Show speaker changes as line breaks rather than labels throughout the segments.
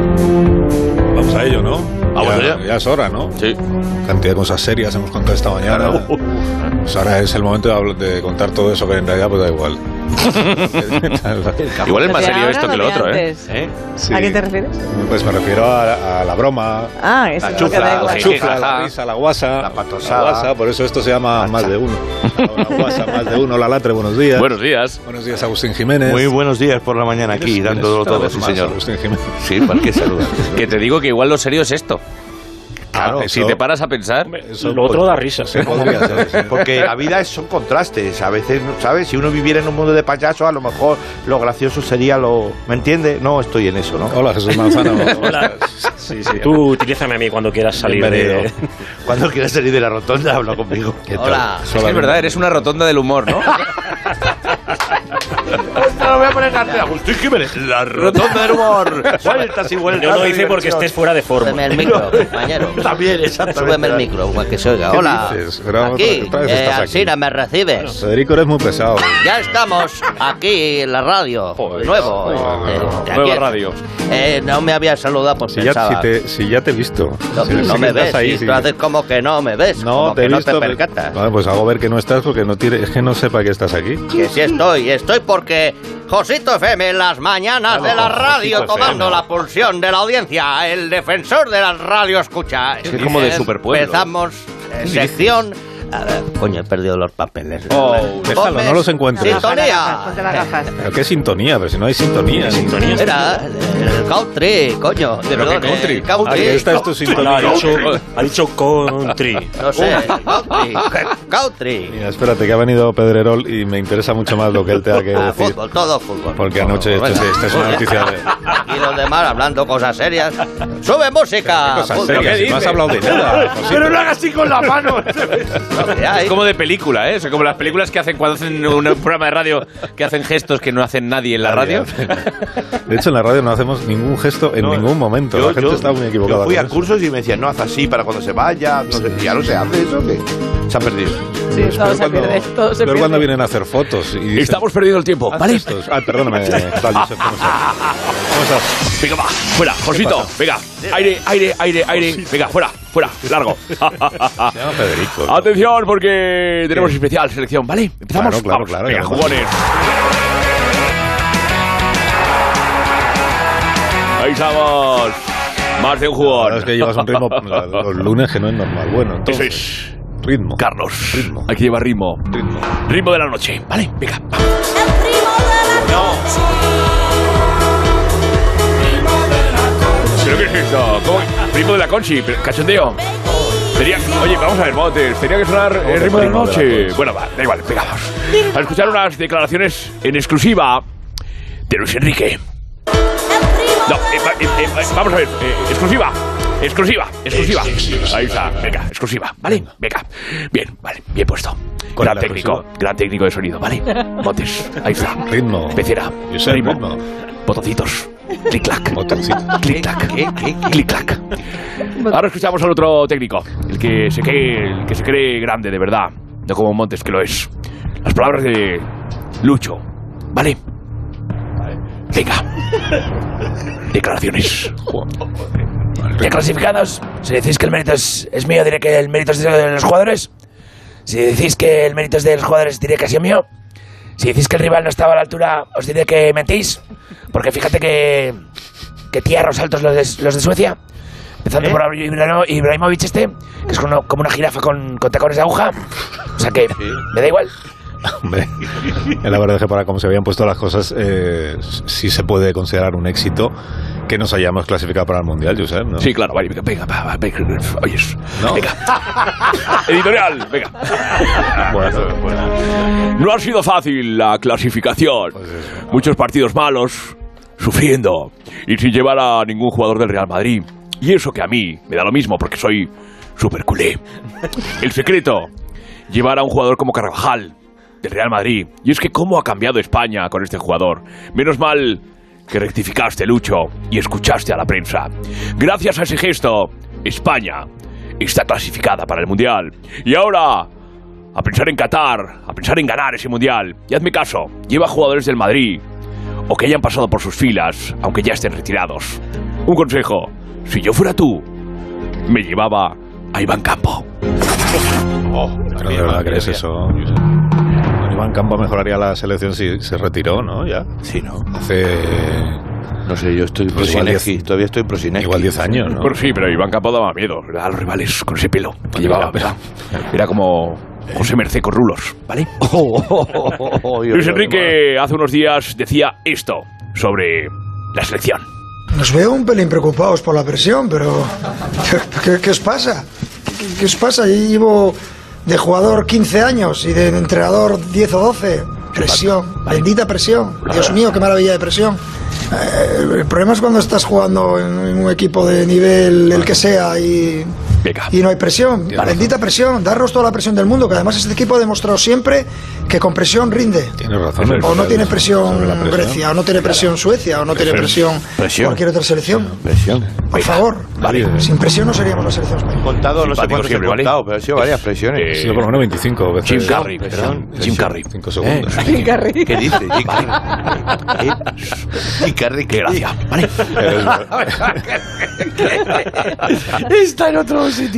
Vamos a ello, ¿no?
Vamos
ya,
allá.
ya es hora, ¿no?
Ah, Sí.
Cantidad de cosas serias hemos contado esta mañana. Pues ahora es el momento de, habl- de contar todo eso que en realidad pues da igual.
Igual es más
¿De
serio
ahora
esto
o
que lo
de
otro, ¿eh?
antes?
¿Eh?
Sí.
¿A qué te refieres?
Pues me refiero a, a la broma.
Ah, eso
La
es lo que
chufla,
da
la
la,
igual.
chufla.
chufla, la risa, la guasa,
La patosada.
guasa, por eso esto se llama más de uno. La, la guasa, más de uno, la latre, buenos días.
Buenos días.
Buenos días, Agustín Jiménez.
Muy buenos días por la mañana aquí,
Eres-
dándolo
eres otra
todo,
vez
sí
más
señor.
Agustín Jiménez.
Sí, ¿para qué saludas? que te digo que igual lo serio es esto.
Claro,
eso-
Si te paras a pensar,
Eso,
Lo otro da ¿eh? risa.
Se podría ser, sí.
porque la vida es- son contrastes. A veces, ¿sabes? Si uno viviera en un mundo de payasos, a lo mejor lo gracioso sería lo... ¿Me entiendes? No estoy en eso, ¿no?
Hola, Jesús Manzano.
Hola. Sí, sí. Tú utilízame a mí cuando quieras salir
Bienvenido.
de...
Cuando quieras salir de la rotonda, habla conmigo. ¿Qué tal?
Hola. Es, que
Hola,
es verdad,
bien.
eres una rotonda del humor, ¿no?
Te lo voy a poner en cartel,
pues,
Agustín Jiménez. La rotonda del humor. Vueltas y vueltas.
Yo no
de
hice porque
diversión.
estés fuera de
Súbeme
forma.
el micro, compañero.
También, exactamente.
Súbeme el micro, para que se oiga.
¿Qué
Hola.
dices? Pero vamos,
Aquí,
otra vez
eh,
estás aquí.
Alsina, me recibes.
Federico, eres muy pesado.
Ya estamos aquí en la radio.
Pues
de nuevo. eh, de
Nueva
aquí.
radio.
Eh, no me había saludado por
Si ya,
pensaba.
si te, si ya te he visto.
No,
Si-
no
si
me
estás
ves,
ahí,
y
si-
tú haces como que no me ves,
No,
como
te he
que
visto.
no te
pero-
percatas.
Vale, pues hago ver que no estás porque no tiene, es que no sepa que estás aquí.
Que sí estoy, estoy porque Josito FM en las mañanas de la radio tomando la pulsión de la audiencia, el defensor de la radio escucha.
que es como de superpueblo.
Empezamos eh, sección... A ver, coño, he perdido los papeles.
Oh,
déjalo, no los encuentres.
Sintonía.
Ponte pues, las gafas.
Pero qué sintonía, pero si no hay sintonía.
Sintonía.
Era el country, coño. De
¿Pero qué
perdón, eh,
country?
el country.
Ah, que esta es tu
No, ha
sintonía.
dicho, ha dicho country.
No sé, el country. el country.
Mira, espérate, que ha venido Pedrerol y me interesa mucho más lo que él te ha que
Ah,
decir.
fútbol, todo fútbol.
Porque
Todo,
anoche, esto,
venga.
sí, esta es una noticia de.
Y los demás hablando cosas serias. ¡Sube música!
Cosas
Fútbol.
serias, si no has hablado de nada. Josito.
Pero no hagas así con la mano.
¿Qué hay?
Es como de película, ¿eh? Es como las películas que hacen cuando hacen un programa de radio que hacen gestos que no hacen nadie en la radio.
De hecho, en la radio no hacemos ningún gesto en
No,
ningún momento.
yo-
la gente
yo-
está muy equivocada.
Yo fui
con
a
eso.
cursos y me decían, no haz así para cuando se vaya. No sé, ya no se hace eso. que Se ha perdido.
Sí,
Pero
todo se
cuando-
pierde, todo se
pero cuando
pierde.
vienen a hacer fotos y dicen,
perdiendo el tiempo,
"Haz gestos". Ah, perdóname, tal, Josep, ¿cómo estás? ¿Cómo estás?
Venga, va, fuera, Josito, venga. Aire, aire, aire, aire. Venga, fuera, fuera, largo.
Se llama Federico. ¿no?
Atención, porque tenemos especial selección, ¿vale? Empezamos.
Claro, claro, claro,
Vamos,
ya
Venga,
vamos.
jugones. Ahí estamos. Más de un
La
jugón.
verdad es que llevas un ritmo la- los lunes que no es normal. Bueno,
Eso
entonces,
es.
ritmo.
Carlos.
Ritmo.
Aquí lleva ritmo.
Ritmo.
Ritmo de la noche. Vale, venga. va. ¿Pero qué es esto? ¿Cómo? Ritmo de la Conchi, pero cachondeo. Tenía- oye, vamos a ver, Motes, tenía que sonar
que
el ritmo de la
ritmo de la
noche.
Conchi?
bueno, va, da igual, venga, vamos. A escuchar unas declaraciones en exclusiva de Luis Enrique. No, eh, va- eh, eh, va- vamos a ver, eh, exclusiva. Exclusiva, exclusiva. Ahí está, venga, exclusiva, ¿vale? Venga. Bien, vale, bien puesto.
¿Cuál
Gran
es la
técnico,
exclusiva?
gran técnico de sonido, ¿vale? Motes, ahí está.
Ritmo.
Pecera,
Yo sé el
ritmo,
ritmo.
botoncitos, clic-clac.
Botoncitos.
Clic-clac. Clic-clac. Ahora escuchamos al otro técnico, el que se cree, el que se cree grande de verdad, no como Montes que lo es. Las palabras de Lucho, ¿vale? Venga. Declaraciones.
Declasificados, si decís que el mérito es, es mío, diré que el mérito es de los jugadores. Si decís que el mérito es de los jugadores, diré que ha sido mío. Si decís que el rival no estaba a la altura, os diré que mentís. Porque fíjate que, que tierros altos los de, los de Suecia. Empezando por Ibra- Ibrahimovic este, que es como, como una jirafa con, con tacones de aguja. O sea que me da igual.
Ah, Hombre, la verdad es que para cómo se habían puesto las cosas, eh, sí se puede considerar un éxito que nos hayamos clasificado para el Mundial, Josep, ¿no?
Sí, claro, vale, venga, venga, va, va, venga, oye,
¿No?
venga. Editorial, venga.
Bueno, bueno.
No ha sido fácil la clasificación.
Pues eso.
Muchos partidos malos. sufriendo y sin llevar a ningún jugador del Real Madrid. Y eso que a mí me da lo mismo porque soy super culé. El secreto, llevar a un jugador como Carvajal del Real Madrid. Y es que cómo ha cambiado España con este jugador. Menos mal que rectificaste, Lucho, y escuchaste a la prensa. Gracias a ese gesto, España está clasificada para el Mundial. Y ahora, a pensar en Qatar, a pensar en ganar ese Mundial. Y hazme caso, lleva jugadores del Madrid o que hayan pasado por sus filas, aunque ya estén retirados. Un consejo, si yo fuera tú, me llevaba a Iván Campo.
Pero de verdad crees eso. Don Iván Campo mejoraría la selección si se retiró, ¿no? Ya.
Sí, no.
Hace
No sé, yo estoy
Pues igual
prosineski. Todavía estoy prosineski.
igual 10 años, ¿no?
Pero sí, pero Iván Campo daba miedo ¿verdad? a los rivales con ese pelo que llevaba, ¿verdad? Era como José Mercé con rulos, ¿vale?
Oh, oh, oh, oh, oh, Dios,
Luis
lo demás.
Enrique hace unos días decía esto sobre la selección.
Nos veo un pelín preocupados por la presión, pero ¿qué, qué os pasa? ¿Qué, qué os pasa? Yo llevo de jugador 15 años y de entrenador 10 o 12. Presión, bendita presión. Dios mío, qué maravilla de presión. Eh, el problema es cuando estás jugando en un equipo de nivel el que sea y,
Venga.
y no hay presión. Bendita presión, darnos toda la presión del mundo, que además este equipo ha demostrado siempre que con presión rinde.
Tienes razón.
O no
Sobre
tiene
la
presión Grecia, o no tiene presión Suecia, o no tiene presión
Presión.
cualquier otra selección.
Presión.
Por favor,
Vale.
sin presión no seríamos la selección española.
Contado, no sé
Simpático
cuántos he
siempre, ¿vale?
contado, pero han sido varias presiones.
Sí, eh, por lo menos 25 veces.
Jim Carrey,
presión,
perdón. Jim Carrey.
5 segundos.
¿Qué dices? Jim Carrey? ¿Qué? Jim Carrey,
Qué
¿qué
gracia, ¿vale?
Pero es ver-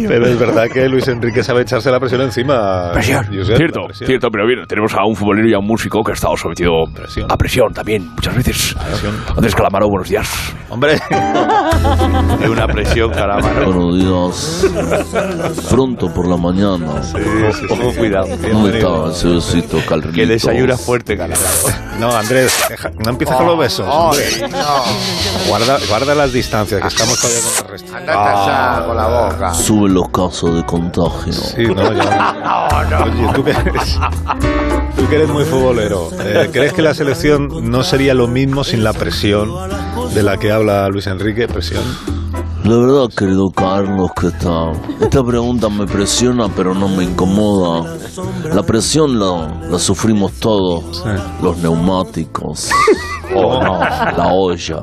pero es verdad que Luis Enrique sabe echarse la presión encima. Josep, la
Cierto,
presión.
cierto, pero bien, tenemos a un futbolero y a un músico que ha estado sometido
Presión.
a presión también, muchas veces. Andrés Calamaro, buenos días.
Hombre, es una presión, calamaro.
Buenos días. Pronto por la mañana.
Sí, sí, sí.
Cuidado.
¿Dónde
Bienvenido.
está ese besito, Carlitos?
Que desayuna fuerte, calamaro.
No, Andrés, deja- no empieces con los besos. hombre. Guarda, guarda las distancias, que estamos todavía con el resto.
Anda casado con la boca.
Sube los casos de contagio.
Sí, no, ya. Oye, tú que eres, tú que eres muy futbolero, eh, ¿crees que la selección no sería lo mismo sin la presión de la que habla Luis Enrique? Presión.
La verdad, querido Carlos, que esta, esta pregunta me presiona, pero no me incomoda. La presión la, la sufrimos todos. Los neumáticos. La olla.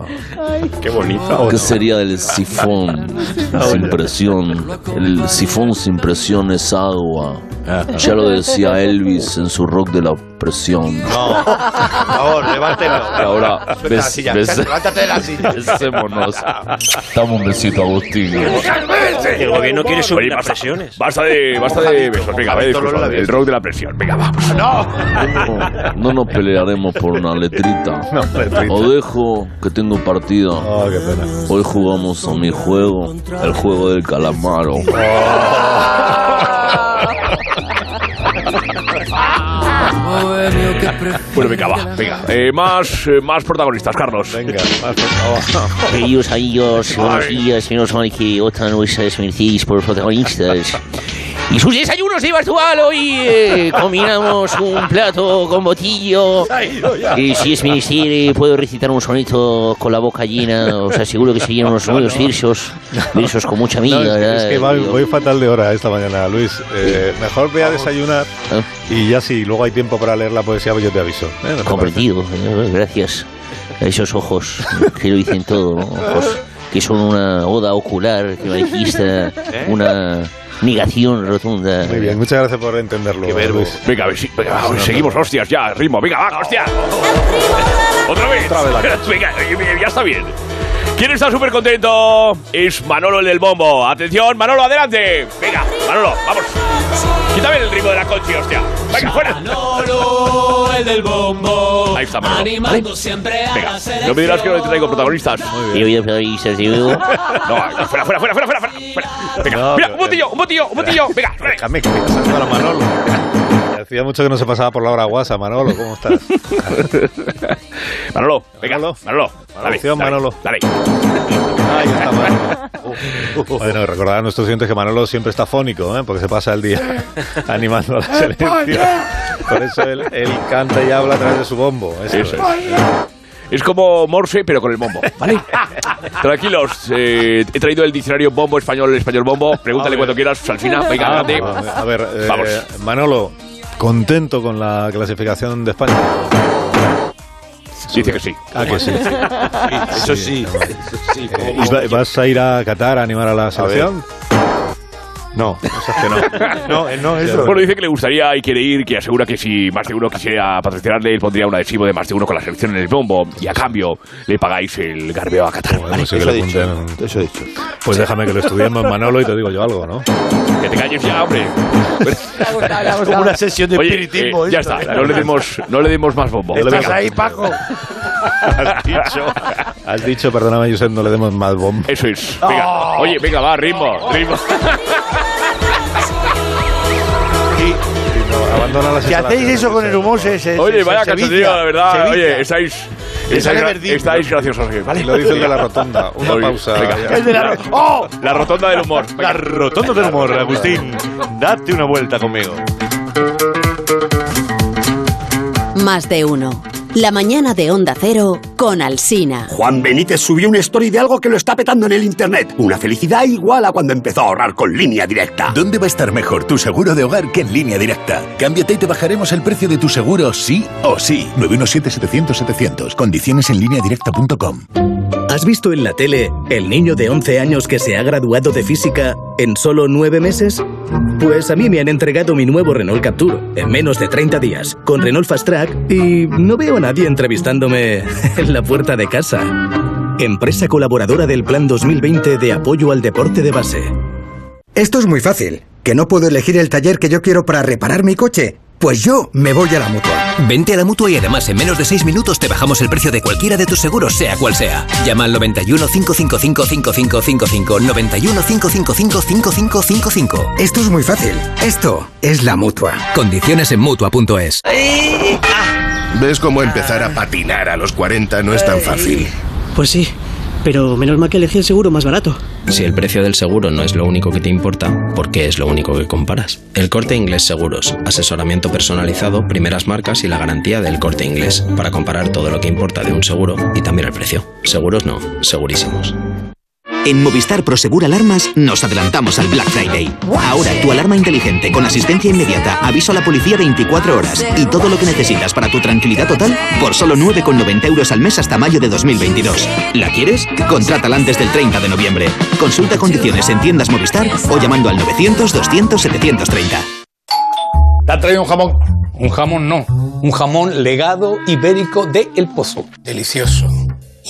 Qué bonito.
¿Qué sería del sifón
Ah,
sin presión? El sifón sin presión es agua.
Ah.
Ya lo decía Elvis en su rock de la presión.
No, por favor, levántelo.
Y ahora,
Suelta la
bes-
silla.
bes-
Levántate de la silla.
besémonos. Dame un besito, Agustín.
El gobierno quiere subir
Oye,
las
basta,
presiones.
basta de, basta de besos, venga, va,
Mojadito los
disculpa,
labios.
el rock de la presión, venga, vamos.
No, no nos pelearemos por una letrita.
No, Pedrito.
O dejo que tengo partida.
Oh, qué pena.
Hoy jugamos a mi juego, el juego del calamaro.
Ah.
Bueno, venga, va, venga. Eh, más, eh, más protagonistas, Carlos.
Venga, más por favor.
Queridos amigos, buenos días, señores Mike, otra nuestras mercedes por protagonistas. Y sus desayunos de Bartual hoy eh, combinamos un plato con botillo. Y si es menester, eh, puedo recitar un soneto con la boca llena. Os aseguro que se llenan unos nuevos versos, versos con mucha amiga.
No, es,
¿verdad?
es que va- voy fatal de hora esta mañana, Luis. Eh, mejor voy a desayunar
Ah.
y ya si luego hay tiempo para leer la poesía, pues yo te aviso. ¿eh? ¿No te
Comprendido, eh, gracias. A esos ojos que lo dicen todo, ¿no? ojos que son una oda ocular, que manifiesta una negación rotunda.
parece? ¿Eh? Muy bien, muchas gracias por entenderlo.
Qué verbo.
Luis.
Venga, a ver si- venga, va, seguimos, hostias, ya, ritmo, venga, va, hostia. Otra vez. venga, oye, oye, ya está bien. ¿Quién está súper contento? Es Manolo el del bombo. Atención, Manolo, adelante. Venga, Manolo, vamos. Quítame el ritmo de la coche, hostia. Venga, fuera.
Manolo, el del bombo.
Ahí está Manolo.
Animando siempre a
Venga,
la selección.
no me dirás que no te traigo protagonistas.
He oído por ahí, se digo,
No, fuera, fuera, fuera, fuera, fuera, fuera. Venga,
No,
mira,
pero-
un botillo, un botillo, un botillo. Venga, vale.
Déjame que me estás para Manolo. Hacía mucho que no se pasaba por la hora guasa, Manolo. ¿Cómo estás?
Manolo, venga, Manolo.
Manolo.
Manolo, dale,
Atención,
dale,
Manolo.
Dale.
Ahí está Manolo. Bueno, recordad a nuestros oyentes que Manolo siempre está fónico, ¿eh? porque se pasa el día animando a la selección. Por eso él, él canta y habla a través de su bombo. Eso
Eso
es.
es. Es como Morse, pero con el bombo, ¿vale? Tranquilos, eh, he traído el diccionario bombo español, español bombo. Pregúntale cuando quieras, Salsina, venga,
Ah,
ándate.
A ver, eh,
Vamos.
Manolo, contento con la clasificación de España.
Dice que sí.
Ah, que sí. Eh,
Eso sí.
¿Y va- ¿Vas a ir a Qatar a animar a la selección? No, eso es que no.
No, eh, no, eso.
Bueno, dice que le gustaría y quiere ir, que asegura que si más de uno quisiera patrocinarle, él pondría un adhesivo de más de uno con la selección en el bombo y a cambio le pagáis el garbeo a Qatar. ¿vale?
Pues sí que
Eso
le
he dicho,
apunten.
Eso he dicho.
Pues déjame que lo estudiemos, Manolo, y te digo yo algo, ¿no?
Que te calles ya, hombre.
Como una sesión de
Oye,
espiritismo.
eh, ya
esto.
está, no le, demos, no le demos más bombo.
¿Estás
Venga.
ahí, Paco?
Has dicho, has dicho, perdóname, Josep, no le demos más bombo.
Eso es. Venga.
Oh.
Oye, venga, va, ritmo, ritmo.
Abandona las
Si hacéis
instalaciones.
eso con el humor, se, se-
Oye,
se-
vaya
se
cachondeo,
vicia,
la verdad.
se vicia.
Oye, estáis,
sale
estáis, gra-
verdín.
estáis graciosos aquí, ¿vale?
Lo dice el de la rotonda. Una
Oye,
pausa.
venga.
ya.
El de la, ro- ¡Oh!
La rotonda del humor.
La
Venga.
rotonda del humor, Agustín. Date una vuelta conmigo.
Más de uno. La mañana de Onda Cero con Alsina.
Juan Benítez subió una story de algo que lo está petando en el internet. Una felicidad igual a cuando empezó a ahorrar con línea directa.
¿Dónde va a estar mejor tu seguro de hogar que en línea directa? Cámbiate y te bajaremos el precio de tu seguro sí o sí. 917-700-700. Condiciones en línea directa.com.
¿Has visto en la tele el niño de 11 años que se ha graduado de física en solo 9 meses? Pues a mí me han entregado mi nuevo Renault Captur en menos de 30 días con Renault Fast Track y no veo a nadie entrevistándome en la puerta de casa. Empresa colaboradora del Plan 2020 de apoyo al deporte de base.
Esto es muy fácil. ¿Que no puedo elegir el taller que yo quiero para reparar mi coche? Pues yo me voy a la mutua.
Vente a la mutua y además en menos de 6 minutos te bajamos el precio de cualquiera de tus seguros, sea cual sea. Llama al 91 555 5555 91 555 5555.
Esto es muy fácil. Esto es la mutua.
Condiciones en mutua.es.
¿Ves cómo empezar a patinar a los 40 no es tan fácil?
Pues sí, pero menos mal que elegí el seguro más barato.
Si el precio del seguro no es lo único que te importa, ¿por qué es lo único que comparas? El Corte Inglés Seguros, asesoramiento personalizado, primeras marcas y la garantía del Corte Inglés, para comparar todo lo que importa de un seguro y también el precio. Seguros no, segurísimos.
En Movistar Prosegur Alarmas nos adelantamos al Black Friday. Ahora tu alarma inteligente con asistencia inmediata, aviso a la policía 24 horas y todo lo que necesitas para tu tranquilidad total por solo 9,90 euros al mes hasta mayo de 2022. ¿La quieres? Contrátala antes del 30 de noviembre. Consulta condiciones en tiendas Movistar o llamando al 900 200 730.
¿Te ha traído un jamón? Un jamón no. Un jamón legado ibérico de El Pozo. Delicioso.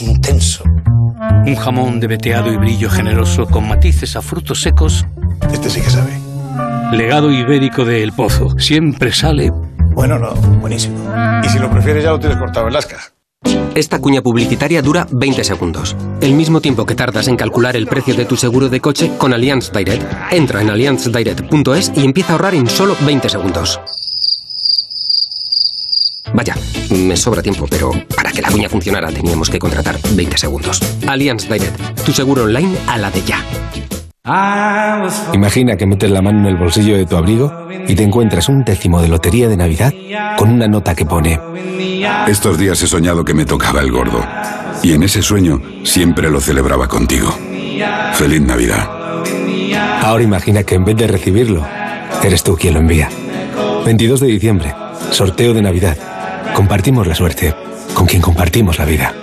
Intenso. Un jamón de veteado y brillo generoso con matices a frutos secos. Este sí que sabe. Legado ibérico de El Pozo. Siempre sale. Bueno, no. Buenísimo.
Y si lo prefieres ya lo tienes cortado en lasca.
Esta cuña publicitaria dura 20 segundos. El mismo tiempo que tardas en calcular el precio de tu seguro de coche con Allianz Direct. Entra en allianzdirect.es y empieza a ahorrar en solo 20 segundos. Vaya, me sobra tiempo, pero para que la cuña funcionara teníamos que contratar 20 segundos. Allianz Direct, tu seguro online a la de ya.
Imagina que metes la mano en el bolsillo de tu abrigo y te encuentras un décimo de lotería de Navidad con una nota que pone
Estos días he soñado que me tocaba el gordo. Y en ese sueño siempre lo celebraba contigo. Feliz Navidad.
Ahora imagina que en vez de recibirlo, eres tú quien lo envía. 22 de diciembre, sorteo de Navidad. Compartimos la suerte con quien compartimos la vida.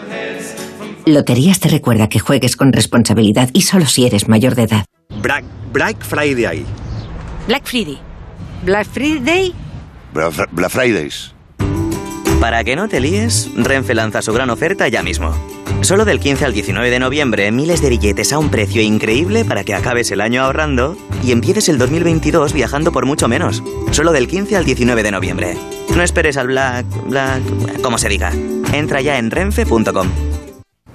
Loterías te recuerda que juegues con responsabilidad y solo si eres mayor de edad.
Black, Black Friday.
Black Friday. Black Friday.
Black, Fridays.
Para que no te líes, Renfe lanza su gran oferta ya mismo. Solo del 15 al 19 de noviembre, miles de billetes a un precio increíble para que acabes el año ahorrando y empieces el 2022 viajando por mucho menos. Solo del 15 al 19 de noviembre. No esperes al Black, Black, como se diga. Entra ya en renfe.com.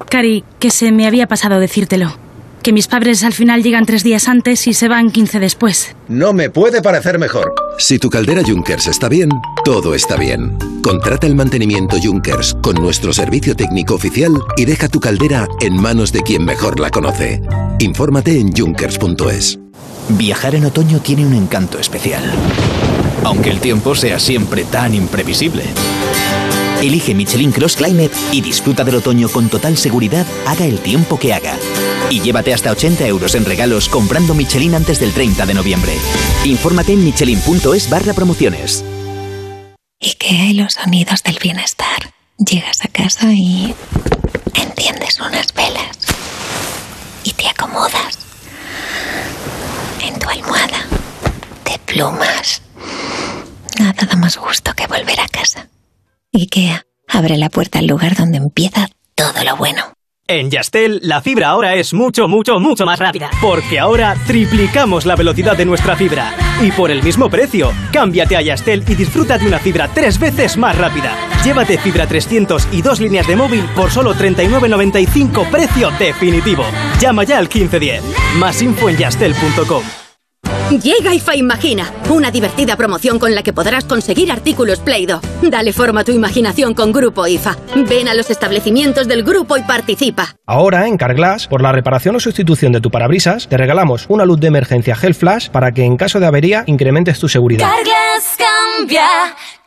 Cari, que se me había pasado decírtelo. Que mis padres al final llegan tres días antes y se van 15 después.
No me puede parecer mejor. Si tu caldera Junkers está bien, todo está bien. Contrata el mantenimiento Junkers con nuestro servicio técnico oficial y deja tu caldera en manos de quien mejor la conoce. Infórmate en junkers.es.
Viajar en otoño tiene un encanto especial. Aunque el tiempo sea siempre tan imprevisible.
Elige Michelin Cross Climate y disfruta del otoño con total seguridad, haga el tiempo que haga. Y llévate hasta 80 euros en regalos comprando Michelin antes del 30 de noviembre. Infórmate en michelin.es barra promociones.
y que hay los sonidos del bienestar. Llegas a casa y enciendes unas velas y te acomodas en tu almohada de plumas. Nada da más gusto que volver a casa. IKEA abre la puerta al lugar donde empieza todo lo bueno.
En Yastel, la fibra ahora es mucho, mucho, mucho más rápida. Porque ahora triplicamos la velocidad de nuestra fibra. Y por el mismo precio, cámbiate a Yastel y disfruta de una fibra tres veces más rápida. Llévate fibra 300 y dos líneas de móvil por solo 39,95 precio definitivo. Llama ya al 1510. Más info en yastel.com.
Llega IFA Imagina, una divertida promoción con la que podrás conseguir artículos Play-Doh. Dale forma a tu imaginación con Grupo IFA. Ven a los establecimientos del grupo y participa.
Ahora en Carglass, por la reparación o sustitución de tu parabrisas, te regalamos una luz de emergencia Hell Flash para que en caso de avería incrementes tu seguridad.
Carglass cambia,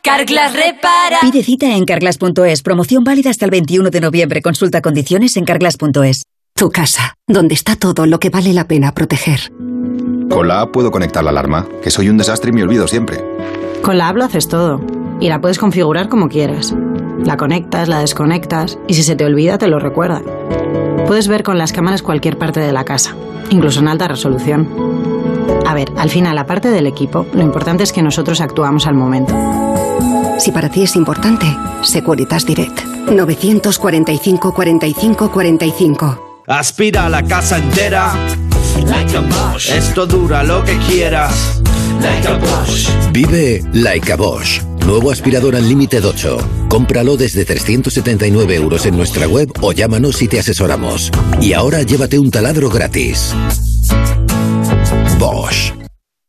Carglass repara.
Pide cita en carglass.es. Promoción válida hasta el 21 de noviembre. Consulta condiciones en carglass.es.
Tu casa, donde está todo lo que vale la pena proteger.
Con la app puedo conectar la alarma, que soy un desastre y me olvido siempre.
Con la app lo haces todo y la puedes configurar como quieras. La conectas, la desconectas y si se te olvida te lo recuerda. Puedes ver con las cámaras cualquier parte de la casa, incluso en alta resolución. A ver, al final, aparte del equipo, lo importante es que nosotros actuamos al momento.
Si para ti es importante, Securitas Direct. 945 45 45.
Aspira a la casa entera. Esto dura lo que quieras.
Vive Like a Bosch. Nuevo aspirador Unlimited 8. Cómpralo desde 379 euros en nuestra web o llámanos y te asesoramos. Y ahora llévate un taladro gratis. Bosch.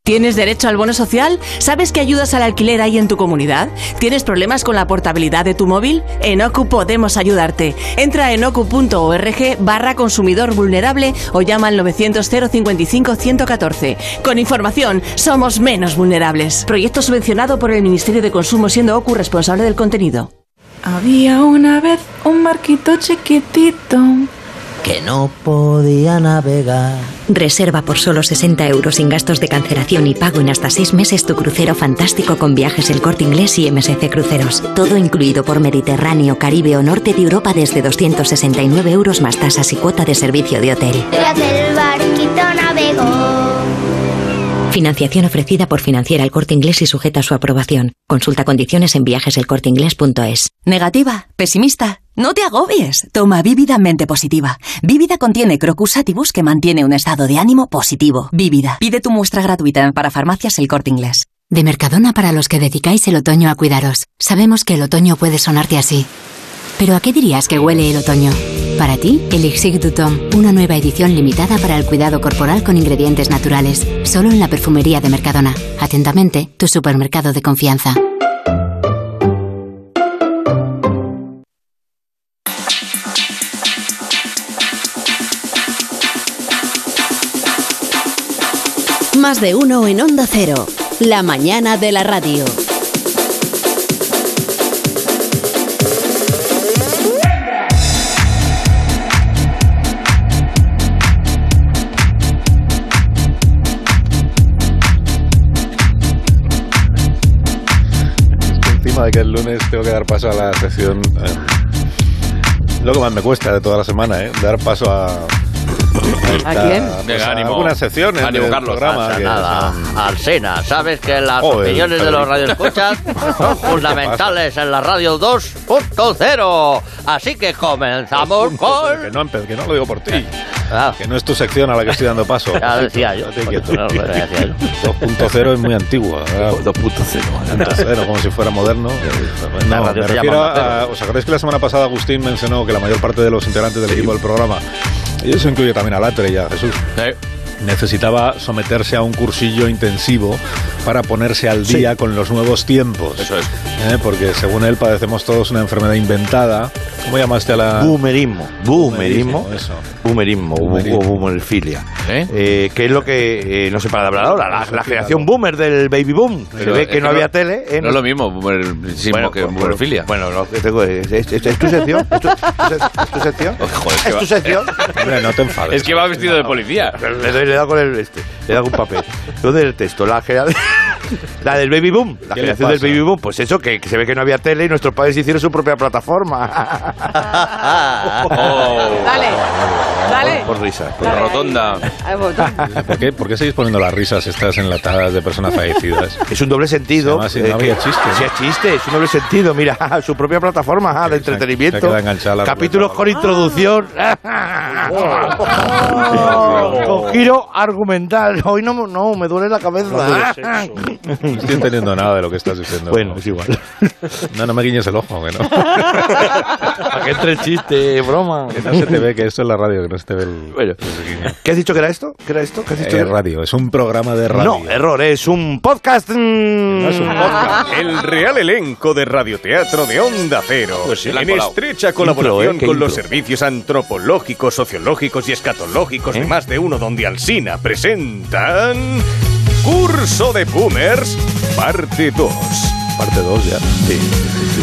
¿Tienes derecho al bono social? ¿Sabes que ayudas al alquiler hay en tu comunidad? ¿Tienes problemas con la portabilidad de tu móvil? En OCU podemos ayudarte. Entra en ocu.org barra consumidor vulnerable o llama al 900 055 114. Con información, somos menos vulnerables. Proyecto subvencionado por el Ministerio de Consumo siendo OCU responsable del contenido.
Había una vez un barquito chiquitito.
que no podía navegar.
Reserva por solo 60 euros sin gastos de cancelación y pago en hasta 6 meses tu crucero fantástico con viajes El Corte Inglés y MSC Cruceros. Todo incluido por Mediterráneo, Caribe o Norte de Europa desde 269 euros más tasas y cuota de servicio de hotel.
Gracias el barquito navegó.
Financiación ofrecida por Financiera El Corte Inglés y sujeta a su aprobación. Consulta condiciones en viajeselcorteinglés.es.
Negativa, pesimista. No te agobies. Toma vívidamente positiva. Vívida contiene crocusatibus que mantiene un estado de ánimo positivo. Vívida. Pide tu muestra gratuita para farmacias El Corte Inglés.
De Mercadona para los que dedicáis el otoño a cuidaros. Sabemos que el otoño puede sonarte así. Pero ¿a qué dirías que huele el otoño? Para ti, Elixir du Tom, una nueva edición limitada para el cuidado corporal con ingredientes naturales, solo en la perfumería de Mercadona. Atentamente, tu supermercado de confianza.
Más de uno en Onda Cero. La mañana de la radio.
Encima de que el lunes tengo que dar paso a la sección. eh, lo que más me cuesta de toda la semana, ¿eh? Dar paso a.
¿A quién?
pues,
Venga,
a
ánimo.
algunas secciones
Ánimo,
del
Carlos,
programa.
pasa
que
nada.
son-
Alsina, sabes que las
Joder,
opiniones de los
Federico.
radioescuchas son fundamentales en la radio 2.0. Así que comenzamos con...
Que no, empe- que no lo digo por ti. Que no es tu sección a la que estoy dando paso.
Ah. Ya decía yo.
Estate quieto.
No, lo decía yo.
2.0 es muy antigua. 2.0. como si fuera moderno.
pues, La
No,
radio
me
se
refiero
llama
a,
Mateo.
¿Os acordáis que la semana pasada Agustín mencionó que la mayor parte de los integrantes del equipo del programa, y eso incluye también a Latre y a Jesús, necesitaba someterse a un cursillo intensivo para ponerse al día con los nuevos tiempos. Eso es. Porque según él padecemos todos una enfermedad inventada. ¿Cómo llamaste a la...?
Boomerismo. Boomerismo.
eso.
Boomerismo o boomerfilia. Eh, que es lo que eh, no se para de hablar ahora. La, la generación boomer del baby boom. se
Pero
ve
es
que no había tele. ¿eh?
No es lo mismo, boomerismo que
pues,
boomerfilia.
Bueno, lo que tengo es, es- es- es tu sección. Es tu, es tu sección. es tu
Eh,
sección.
no te enfades.
Es que va vestido de policía.
Le doy, le he dado con el este, le he dado con un papel. ¿Dónde es el texto? La, genera- la del baby boom,
¿Qué le
la generación del
pasa?
baby boom. Pues eso, que, que se ve que no había tele y nuestros padres hicieron su propia plataforma.
Oh.
Dale, dale.
Por risas.
Por la rotonda.
Al botón.
¿Por qué, ¿Por qué seguís poniendo las risas estas enlatadas de personas fallecidas?
Es un doble sentido.
Además, si no
eh,
había
que-
chiste.
si es chiste, es un doble sentido. Mira, su propia plataforma ah, de entretenimiento.
se queda enganchada la
Capítulos con introducción. Ah. Con giro argumental. Hoy no, no, me duele la cabeza.
No estoy entendiendo nada de lo que estás diciendo. Bueno, es
igual.
No, no me guiñes el ojo, que no.
Para que entre el chiste, broma.
Que no se te ve, que esto es la radio, que no se te ve el...
¿Qué has dicho que era esto? ¿Qué era esto? ¿Qué has dicho? que
Eh,
era?
radio, es un programa de radio.
No, error, es un podcast. mm. No
es un podcast. El real elenco de radioteatro de Onda Cero.
Pues la han
en
colado.
estrecha
Intro,
colaboración
¿eh? Qué
con los
intro.
servicios antropológicos, sociológicos y
¿Eh?
escatológicos de más de uno, donde Alsina presentan. Curso de Boomers, parte 2.
Parte 2 ya. Sí.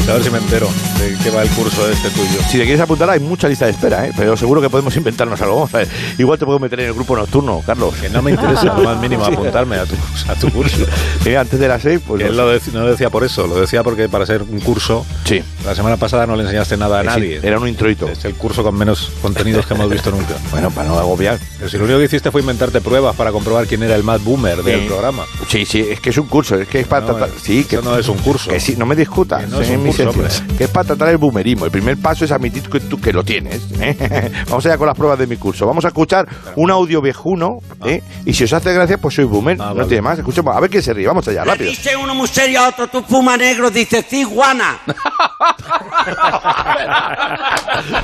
A ver si me entero de qué va el curso este tuyo.
Si te quieres apuntar, hay mucha lista de espera, ¿eh? pero seguro que podemos inventarnos algo. Vamos a ver. Igual te puedo meter en el grupo nocturno, Carlos.
Que no me interesa lo más mínimo apuntarme a tu, a tu curso.
Mira, antes de las 6, pues.
Él lo dec- no lo decía por eso, lo decía porque para ser un curso.
Sí.
La semana pasada no le enseñaste nada a
Eh, sí,
nadie.
era un introito.
Es el curso con menos contenidos que hemos visto nunca.
Bueno, para no agobiar.
Pero si lo único que hiciste fue inventarte pruebas para comprobar quién era el más boomer del
Sí.
programa.
Sí, sí, es que es un curso, es que es para
No,
tratar. Sí, que
no es un curso.
Que sí, Ah, no me discutas.
Que no es
eh,
un
mi
curso,
esencia.
hombre.
que es para tratar el boomerismo. El primer paso es admitir que tú que lo tienes. ¿eh? Vamos allá con las pruebas de mi curso. Vamos a escuchar un audio viejuno. ¿eh? Y si os hace gracia, pues soy boomer. no tiene más. Escuchemos, a ver quién se ríe. Vamos allá, rápido.
Dice uno muy serio a otro, tú fuma negro, dice ciguana.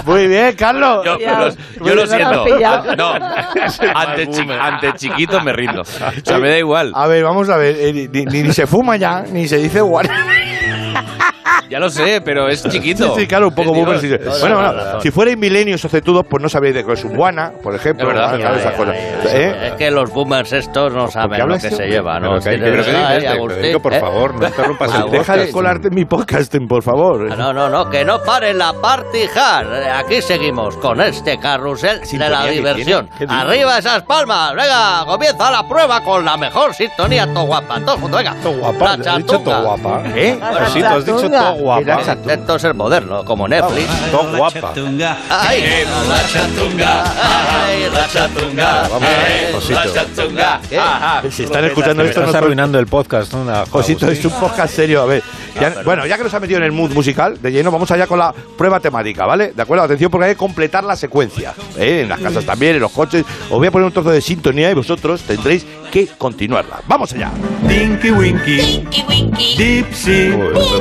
Muy bien, Carlos.
Yo,
Ya.
los- yo lo
Bueno,
siento.
ya lo has pillado.
No, ante, chi- ante chiquito me rindo. O sea, me da igual.
A ver, vamos a ver. eh, ni- ni, ni se fuma ya, ni se dice guarda.
Ya lo sé, pero es chiquito.
Sí, sí, claro, un poco
Dios,
boomer. sí, sí.
toda la
Bueno, bueno,
razón.
si fuerais milenios o cetudos, pues no sabríais de qué es un guana, por
Es
ejemplo.
verdad,
¿no?
es
Claro,
verdad,
esas cosas. ¿Eh?
Es que los boomers estos no saben lo
hablas
que
tú?
se lleva, ¿no? ¿eh,
Pero que hay que- pero que dices,
este?
Federico, por favor, no interrumpas el
Deja de
podcasting.
colarte en mi podcasting, por favor.
Ah, No, no, no, que no pare la partijal. Aquí seguimos con este carrusel de
Sintonía
la
que
diversión.
tiene, ¿qué dices?
Arriba esas palmas, venga, comienza la prueba con la mejor sintonía, todo guapa, todo junto, venga. Todo guapa,
has dicho todo guapa.
¿Eh?
Bueno,
Sí, tú has dicho todo guapa.
Intento ser moderno, como Netflix.
Todo guapa.
Ay.
Eh, La chatunga, ay, la chatunga, ay, la
Josito.
chatunga. ajá.
Si están escuchando esto,
estás
no-
arruinando el podcast. ¿no? Una-
Josito, es un podcast serio, a ver. Ya- bueno, ya que nos ha metido en el mood musical de lleno, vamos allá con la prueba temática, ¿vale? De acuerdo, atención porque hay que completar la secuencia. ¿eh? En las casas también, en los coches. Os voy a poner un trozo de sintonía y vosotros tendréis que continuarla. ¡Vamos allá!
Dinky Winky, Dipsy,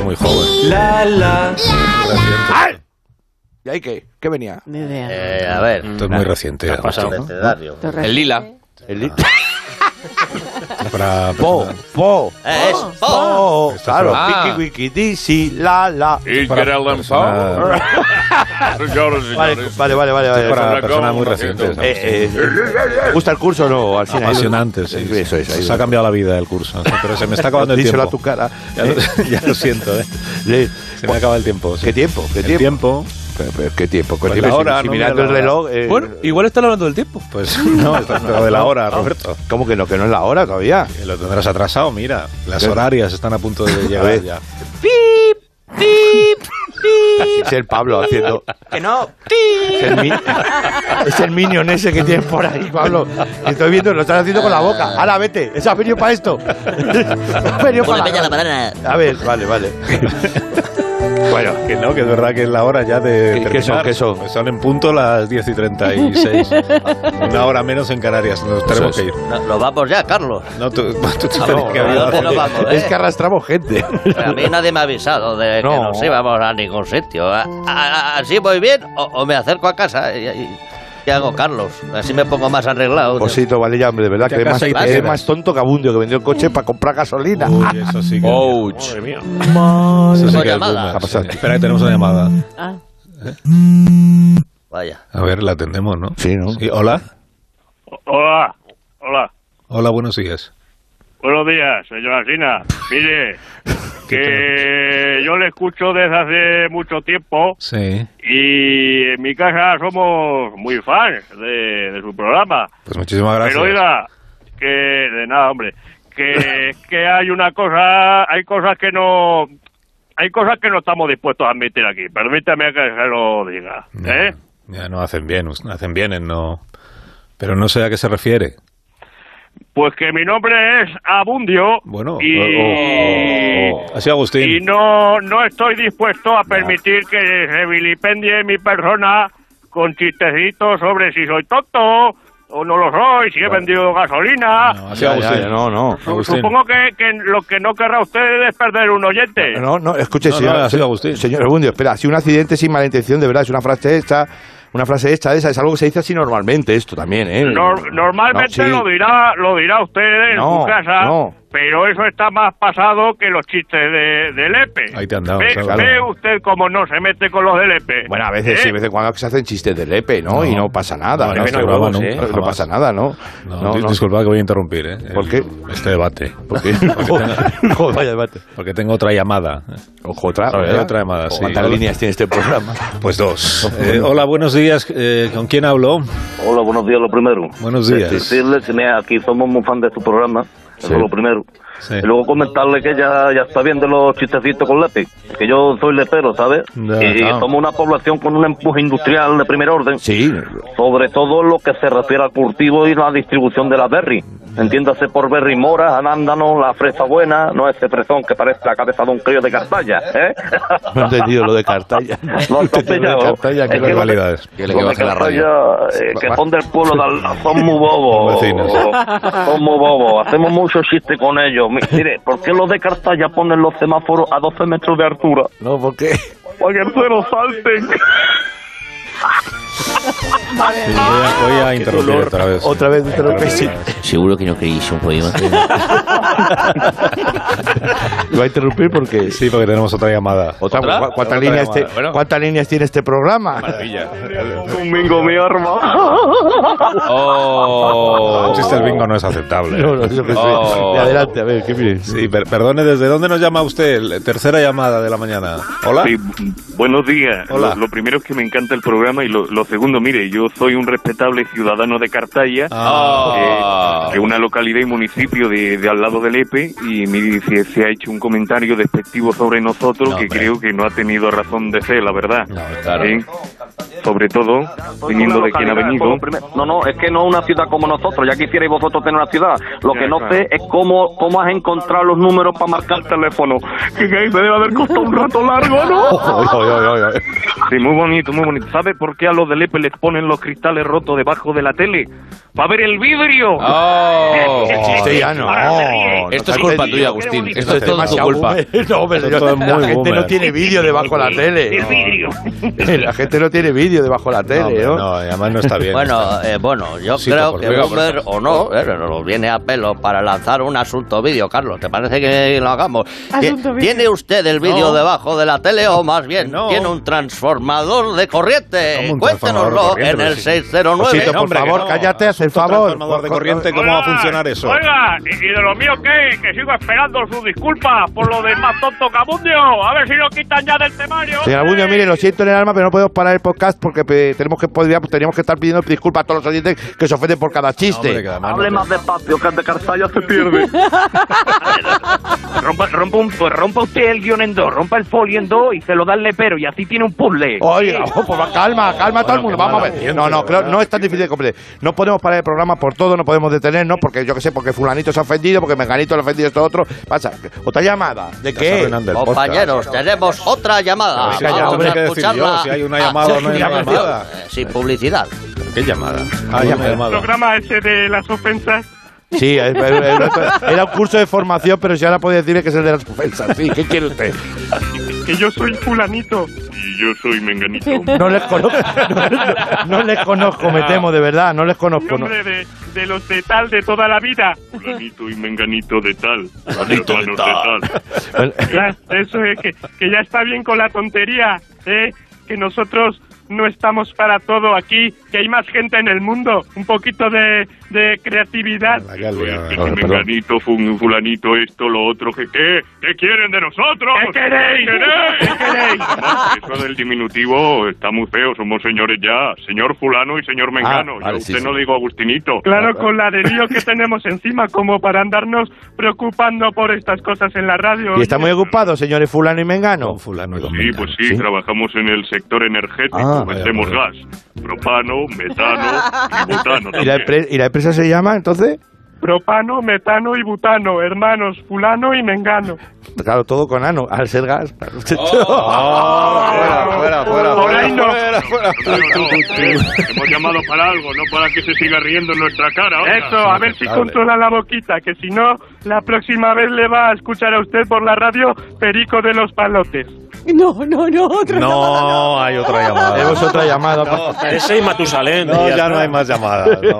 muy joven.
La la.
¡Ay! ¿Y ahí qué? ¿Qué venía?
Ni idea.
Eh, a ver.
Esto es muy reciente.
pasado,
Agustín.
El
lila.
El lila. Pues
Para-
Po, po.
Eh,
Es
po. Claro,
Ah.
Pinky Winky, Dizzy, la, la.
Señores,
Vale, vale, vale, vale.
Esto es
vale.
para personas muy recientes.
Eh, eh, ¿te ¿Gusta el curso o no? Alsina?
Apasionante, sí. sí.
Eso es. ahí
Nos
va.
ha cambiado la vida el curso. Pero se me está acabando el
Díselo
tiempo.
a tu cara.
Ya lo, ya lo siento, ¿eh? Se me acaba el tiempo. sí.
¿Qué tiempo? ¿Qué
El
tiempo?
tiempo.
Pero, pero, ¿Qué tiempo? ¿Qué
Pues
tiempo?
la hora,
Si- si
no
mirando el
mira la
reloj.
hora.
eh,
Bueno,
igual está hablando del tiempo.
Pues no, está pero de la hora, Roberto.
¿Cómo que no? Que no es la hora todavía.
Que Lo tendrás atrasado, mira. Las
¿Qué?
horarias están a punto de llegar
ver.
ya.
Así Es el Pablo haciendo.
que no.
Es el, mi- es el minion ese que tienes por ahí, Pablo. Que Estoy viendo, lo estás haciendo con la boca. Ahora vete, eso has venido para esto. Has venido
Ponle
para
peña a la banana.
A ver, vale, vale. Bueno,
Que no, que es verdad que es la hora ya de.
¿Qué- qué son,
terminar.
qué son?
Pues son en punto las 10 y 36. Una hora menos en Canarias. Nos tenemos que ir.
No, nos vamos ya, Carlos.
No, tú, tú te
No,
tenías que haber
¿a
dado
dónde nos
cuenta.
vamos, eh?
es que arrastramos gente.
A mí nadie me ha avisado de que
No.
nos íbamos a ningún sitio. A- a- a- ¿Así voy bien o, o me acerco a casa? Y, y- ¿Qué hago, Carlos? Así me pongo más arreglado.
Pues
Osito, vale, ya, hombre, de verdad
Te
que es
acaso
más,
hay
es
tierra.
más tonto que Abundio que vendió el coche para comprar gasolina. Uy, eso sí que. Madre mía.
Eso sí
Tengo
que es
llamada.
boomer.
A pasar.
Espera, que tenemos una llamada.
Vaya.
A ver, la atendemos, ¿no? Sí, ¿no? hola.
Hola, hola.
Hola, buenos días.
Buenos días, señora Sina. Mire, que yo le escucho desde hace mucho tiempo
Sí.
y en mi casa somos muy fans de, de su programa.
Pues muchísimas gracias.
Pero oiga, que de nada, hombre, que, que hay una cosa, hay cosas que no, hay cosas que no estamos dispuestos a admitir aquí. Permítame que se lo diga, ¿eh?
Ya no hacen bien, hacen bien en no. Pero no sé a qué se refiere.
Pues que mi nombre es Abundio.
Bueno,
y...
Así, Agustín.
Y no, no estoy dispuesto a permitir que se vilipendie mi persona con chistecitos sobre si soy tonto o no lo soy, si he vendido gasolina.
Así, Agustín. no, no.
Supongo que, que lo que no querrá usted es perder un oyente.
No, no, escuche,
No, no,
señor.
ha sido
Señor Abundio, espera, si un accidente sin mala intención, de verdad, es una frase esta. Una frase esta, esa, es algo que se dice así normalmente, esto también, ¿eh?
Nor- normalmente
No, sí.
lo dirá lo dirá usted en
No,
su casa,
no.
pero eso está más pasado que los chistes de, de Lepe.
Ahí te han dado,
E. ¿Ve,
claro.
ve usted cómo no se mete con los de Lepe?
Bueno, a veces
¿Eh?
sí, a veces cuando se hacen chistes de Lepe, ¿no? Y no pasa nada.
No,
No,
Lepe no hay
Pero
huevos,
no,
¿eh?
no
Jamás.
pasa nada, ¿no?
No,
No,
dis-
no.
disculpad que voy a interrumpir, ¿eh? ¿Por qué? Este debate. ¿Por qué?
vaya debate.
Porque tengo otra llamada.
Ojo, otra.
Otra,
¿verdad?
llamada,
Ojo,
sí.
¿Cuántas líneas tiene este programa?
Pues dos. Eh, hola, buenos días. Eh, ¿Con quién hablo?
Hola, buenos días, lo primero.
Buenos días.
De- Decirle que mira, aquí somos muy fan de su programa, eso es lo primero. Y luego comentarle que ya, ya está viendo los chistecitos con Lepe, que yo soy lepero, ¿sabes?
Ya,
y
claro.
somos una población con un empuje industrial de primer orden.
Sí.
Sobre todo lo que se refiere al cultivo y la distribución de la berry. Entiéndase por berry moras, anándanos, la fresa buena, no ese fresón que parece la cabeza de un crío de Cartalla, ¿eh?
No he entendido lo de Cartalla.
No, está pillado.
Cartalla, qué
Es que-
barbaridades.
Los de Castilla, eh, que son del pueblo de al- son muy bobos.
Vecinos.
Son muy bobos. Hacemos mucho chiste con ellos. Mi- Mire, ¿por qué los de Cartalla ponen los semáforos a 12 metros de altura?
No, ¿por qué?
Para que se los salten.
Sí, voy, a, voy a interrumpir otra vez.
Otra vez, otra
vez, sí.
Seguro que no queréis un ¿eh? poema.
¿Lo va a interrumpir porque
Sí, porque tenemos otra llamada.
¿Otra? ¿Cu- ¿Cuántas, líneas
llamada?
te- ¿Cuántas líneas tiene este programa?
Domingo, mi arma.
Oh. El chiste del bingo no es aceptable.
Oh. No, no, yo qué sé.
Oh.
Adelante, a ver, ¿qué miren?
Sí, per- perdone, ¿desde dónde nos llama usted? La tercera llamada de la mañana. Hola.
Sí, buenos días.
Hola.
Lo, lo primero es que me encanta el programa y lo, lo segundo, mire, yo soy un respetable ciudadano de Cartaya,
Ah.
Eh,
que es una localidad y municipio de, de al lado del EPE, y mire, se, se ha hecho un comentario despectivo sobre nosotros que creo que no ha tenido razón de ser, la verdad.
claro.
¿Eh? Sobre todo, viniendo de quien ha venido.
No, no, es que no es una ciudad como nosotros. Ya quisierais vosotros tener una ciudad. Lo
Ya,
que no
claro.
sé es cómo, cómo has encontrado los números para marcar el teléfono. Que ahí te debe haber costado un rato largo, ¿no?
Sí, muy bonito, muy bonito. ¿Sabe por qué a los de Lepe les ponen los cristales rotos debajo de la tele? ¡Va a ver el vidrio!
Este ya no.
Oh. Esto es culpa tuya, Agustín. Esto es todo tu
demasiado
culpa.
boomer. No, hombre,
Esto
señor,
es muy
la gente
boomer.
no tiene vídeo debajo de la tele. La gente no tiene vídeo debajo de la tele, ¿no? No,
además
no
Bueno, eh, bueno, yo
Sí,
creo
por
que
favor.
Boomer o no, eh, nos viene a pelo para lanzar un asunto vídeo, Carlos. ¿Te parece que lo hagamos?
Asunto vídeo.
¿Tiene usted el vídeo
No.
debajo de la tele o más bien tiene un transformador de corriente? Cuéntenoslo en el 609.
Osito, por favor, cállate, haz el favor.
de corriente,
¿cómo va a funcionar eso?
Oiga, ¿y y de lo mío qué? Que sigo esperando sus disculpas por lo de más tonto cabundio. A ver si lo quitan ya del temario.
Señor Abundio, mire, lo siento en el alma, pero no podemos parar el podcast porque pe- tenemos que, podríamos- teníamos que estar pidiendo disculpas a todos los oyentes que se ofenden por cada chiste.
Hable más despacio, que el de Cartaya se pierde.
rompa, rompa, un- pues rompa usted el guión en dos, rompa el folio en dos y se lo da al lepero y así tiene un puzzle.
Oiga, oh, pues va, calma, calma todo el mundo. Vamos a ver. No, no, creo- no es tan difícil de comprender. No podemos parar el programa por todo, no podemos detenernos porque yo qué sé, porque fulanito se ha ofendido, porque menganito le ha ofendido esto otro. Pasa, otra llamada. ¿De
Eh,
qué?
Compañeros, tenemos otra llamada.
Pero es que ya
Vamos
tendré
a
que decir
escucharla.
yo si hay una llamada o no hay
sin
una
llamación,
llamada.
eh, Sin publicidad.
¿Qué llamada?
Ah, ya me he
El
llamado.
programa ese de las ofensas.
Sí, es- es- es- era un curso de formación, pero si ahora puede decirle que es el de las ofensas. Sí, ¿qué quiere usted?
que yo soy fulanito. Y yo soy menganito.
No les conozco, no, no les conozco, me temo, de verdad, no les conozco. no.
Nombre de, de los de tal de toda la vida. Fulanito y menganito de tal. Fulanito de tal. Ya, eso es que, que ya está bien con la tontería, ¿eh? que nosotros no estamos para todo aquí, que hay más gente en el mundo, un poquito de, de creatividad.
Oye, perdón.
Menganito, fun- fulanito, esto, lo otro, que qué, qué quieren de nosotros. ¿Qué queréis? Además, Eso del diminutivo está muy feo, somos señores ya, señor fulano y señor mengano.
Ah, vale,
Yo a
sí,
usted
sí.
no le digo Agustinito. Claro, con la de lío que tenemos encima, como para andarnos preocupando por estas cosas en la radio.
Y está muy ocupado, señores fulano y mengano. fulano
Sí, pues sí, trabajamos en el sector
Ah,
energético,
vaya,
vendemos
vaya.
gas, propano, metano y butano.
¿Y la,
también.
empre- y la empresa se llama entonces?
Propano, metano y butano, hermanos, fulano y mengano.
Claro, todo con ano, al ser gas. claro.
Oh.
fuera, fuera,
fuera,
fuera, Hemos llamado para algo, no para que se siga riendo en nuestra cara. Eso, a ver si
Lamentable.
controla la boquita, que si no, la próxima vez le va a escuchar a usted por la radio Perico de los Palotes.
No, no, no, otra
No, hay otra llamada.
Tenemos otra llamada.
Ese y Matusalén.
No,
y
ya no
está.
hay más llamadas. no.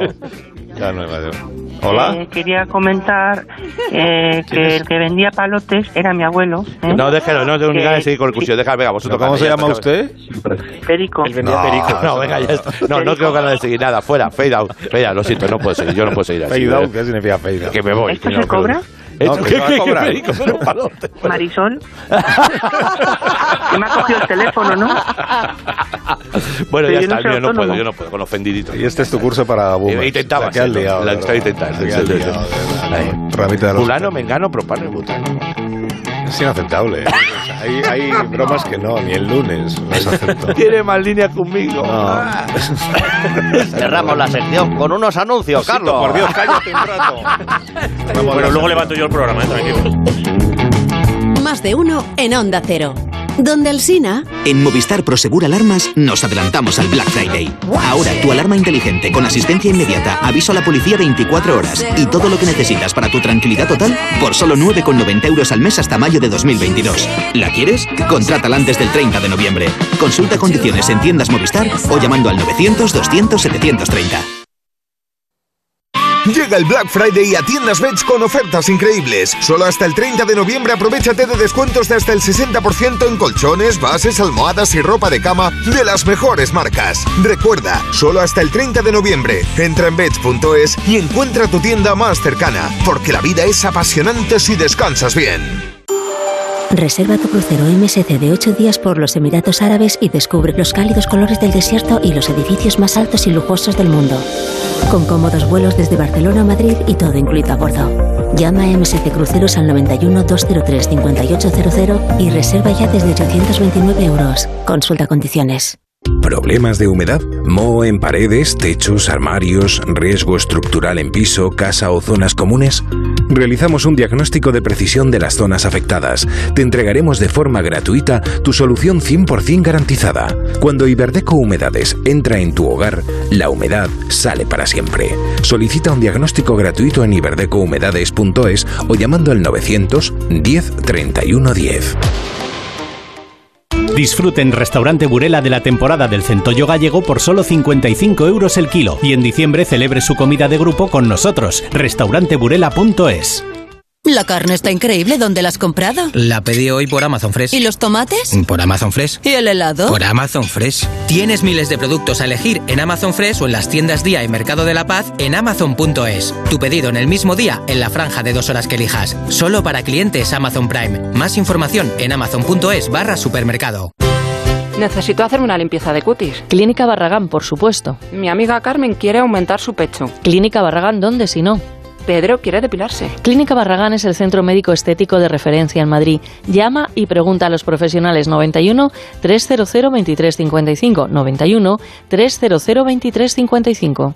Ya no hay más llamadas. Hola.
Eh, quería comentar eh,
¿Quién
que el que vendía palotes era mi abuelo, ¿eh?
No, déjalo, no tengo ni
Que-
ganas de seguir con el curso. Déjalo, venga, vosotros.
¿Cómo se
ya
llama
está.
usted? Ah.
Perico.
No, no, venga, ya está. No, no tengo ganas de seguir nada. Fuera, fade out. Fade out, lo siento, no puedo seguir. Yo no puedo seguir así. ¿eh?
Fade out, ¿qué significa fade out?
Que me voy.
¿Esto
Pues que
se
no, que no-
cobra?
¿Esto
No, que
qué-
se va a
qué- qué
cobrar.
perico? Son los palotes.
Marisol. que me ha cogido el teléfono, ¿no?
Bueno,
Pero
ya
yo no
está,
soy
yo no
autónomo.
puedo, yo no puedo, con ofendiditos.
Y este es tu curso para boomers.
Eh, Intentaba.
La que has
hacerlo,
liado,
La
de
estoy
verdad.
intentando.
La que has liado,
Ay.
Ramita de los-
Fulano, mengano, propano y butano.
Es inaceptable. ¿eh? O sea, hay, hay bromas que no, ni el lunes las acepto.
Tiene más líneas conmigo.
Ah.
Cerramos la sección con unos anuncios, Carlos.
por Dios,
cállate un rato.
Bueno, luego levanto yo el programa, ¿eh? tranquilo.
Más de uno en Onda Cero. Donde Alsina.
En Movistar Prosegur Alarmas nos adelantamos al Black Friday. Ahora tu alarma inteligente con asistencia inmediata, aviso a la policía 24 horas y todo lo que necesitas para tu tranquilidad total por solo 9,90 euros al mes hasta mayo de 2022. ¿La quieres? Contrátala antes del 30 de noviembre. Consulta condiciones en tiendas Movistar o llamando al 900 200 730.
Llega el Black Friday a tiendas Bets con ofertas increíbles. Solo hasta el 30 de noviembre aprovechate de descuentos de hasta el 60% en colchones, bases, almohadas y ropa de cama de las mejores marcas. Recuerda, solo hasta el 30 de noviembre. Entra en Bets.es y encuentra tu tienda más cercana, porque la vida es apasionante si descansas bien.
Reserva tu crucero MSC de 8 días por los Emiratos Árabes y descubre los cálidos colores del desierto y los edificios más altos y lujosos del mundo. Con cómodos vuelos desde Barcelona a Madrid y todo incluido a bordo. Llama a MSC Cruceros al 91 203 5800 y reserva ya desde 829 euros. Consulta condiciones.
¿Problemas de humedad? ¿Moho en paredes, techos, armarios, riesgo estructural en piso, casa o zonas comunes? Realizamos un diagnóstico de precisión de las zonas afectadas. Te entregaremos de forma gratuita tu solución 100% garantizada. Cuando Iberdeco Humedades entra en tu hogar, la humedad sale para siempre. Solicita un diagnóstico gratuito en iberdecohumedades.es o llamando al 900 10 31 10.
Disfrute en Restaurante Burela de la temporada del Centollo Gallego por solo 55 euros el kilo y en diciembre celebre su comida de grupo con nosotros. Restauranteburela.es
La carne está increíble. ¿Dónde la has comprado?
La pedí hoy por Amazon Fresh.
¿Y los tomates?
Por Amazon Fresh.
¿Y el helado?
Por Amazon Fresh. Tienes miles de productos a elegir en Amazon Fresh o en las tiendas Día y Mercado de la Paz en Amazon.es. Tu pedido en el mismo día en la franja de dos horas que elijas. Solo para clientes Amazon Prime. Más información en Amazon.es barra supermercado.
Necesito hacerme una limpieza de cutis. Clínica Barragán, por supuesto. Mi amiga Carmen quiere aumentar su pecho. Clínica Barragán, ¿dónde si no? Pedro quiere depilarse. Clínica Barragán es el centro médico estético de referencia en Madrid. Llama y pregunta a los profesionales 91 300 2355 91 300 2355.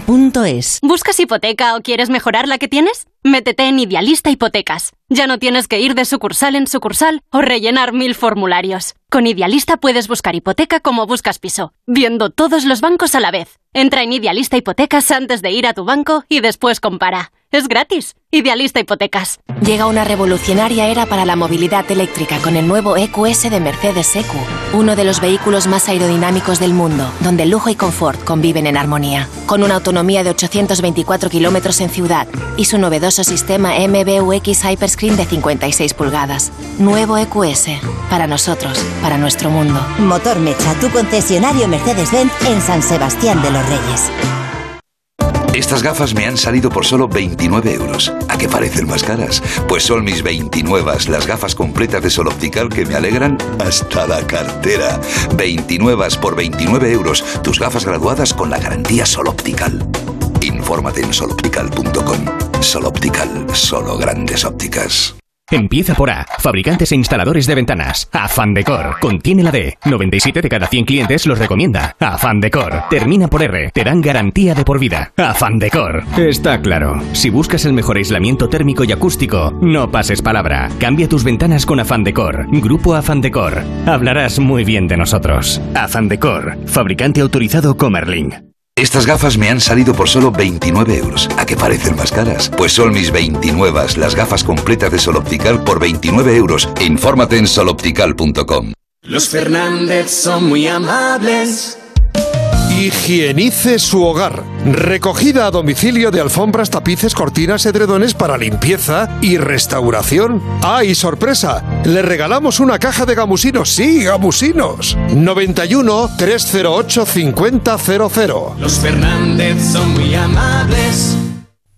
duchamanía.es.
¿Buscas hipoteca o quieres mejorar la que tienes? Métete en Idealista Hipotecas. Ya no tienes que ir de sucursal en sucursal o rellenar mil formularios. Con Idealista puedes buscar hipoteca como buscas piso, viendo todos los bancos a la vez. Entra en Idealista Hipotecas antes de ir a tu banco y después compara. Es gratis. Idealista Hipotecas.
Llega una revolucionaria era para la movilidad eléctrica con el nuevo EQS de Mercedes EQ, uno de los vehículos más aerodinámicos del mundo, donde lujo y confort conviven en armonía. Con una autonomía de 824 kilómetros en ciudad y su novedoso sistema MBUX Hyperscreen de 56 pulgadas. Nuevo
E
EQS, para nosotros, para nuestro mundo.
Motor Mecha, tu concesionario Mercedes-Benz en San Sebastián de los Reyes.
Estas gafas me han salido por solo 29 euros. ¿A qué parecen más caras? Pues son mis 29, las gafas completas de Sol Optical que me alegran hasta la cartera. 29 por 29 euros, tus gafas graduadas con la garantía Sol Optical. Infórmate en soloptical.com. Sol Optical, solo grandes ópticas.
Empieza por A. Fabricantes e instaladores de ventanas. Afan Decor. Contiene la D. 97 de cada 100 clientes los recomienda. Afan Decor. Termina por R. Te dan garantía de por vida. Afan Decor. Está claro. Si buscas el mejor aislamiento térmico y acústico, no pases palabra. Cambia tus ventanas con Afan Decor. Grupo Afan Decor. Hablarás muy bien de nosotros. Afan Decor. Fabricante autorizado Comerling.
Estas gafas me han salido por solo 29 euros. ¿A qué parecen más caras? Pues son mis 29, las gafas completas de Sol Optical por 29 euros. Infórmate en soloptical.com.
Los Fernández son muy amables.
Higienice su hogar. Recogida a domicilio de alfombras, tapices, cortinas, edredones para limpieza y restauración. ¡Ah, y sorpresa! Le regalamos una caja de gamusinos. Sí, gamusinos. 91 308 5000.
Los Fernández son muy amables.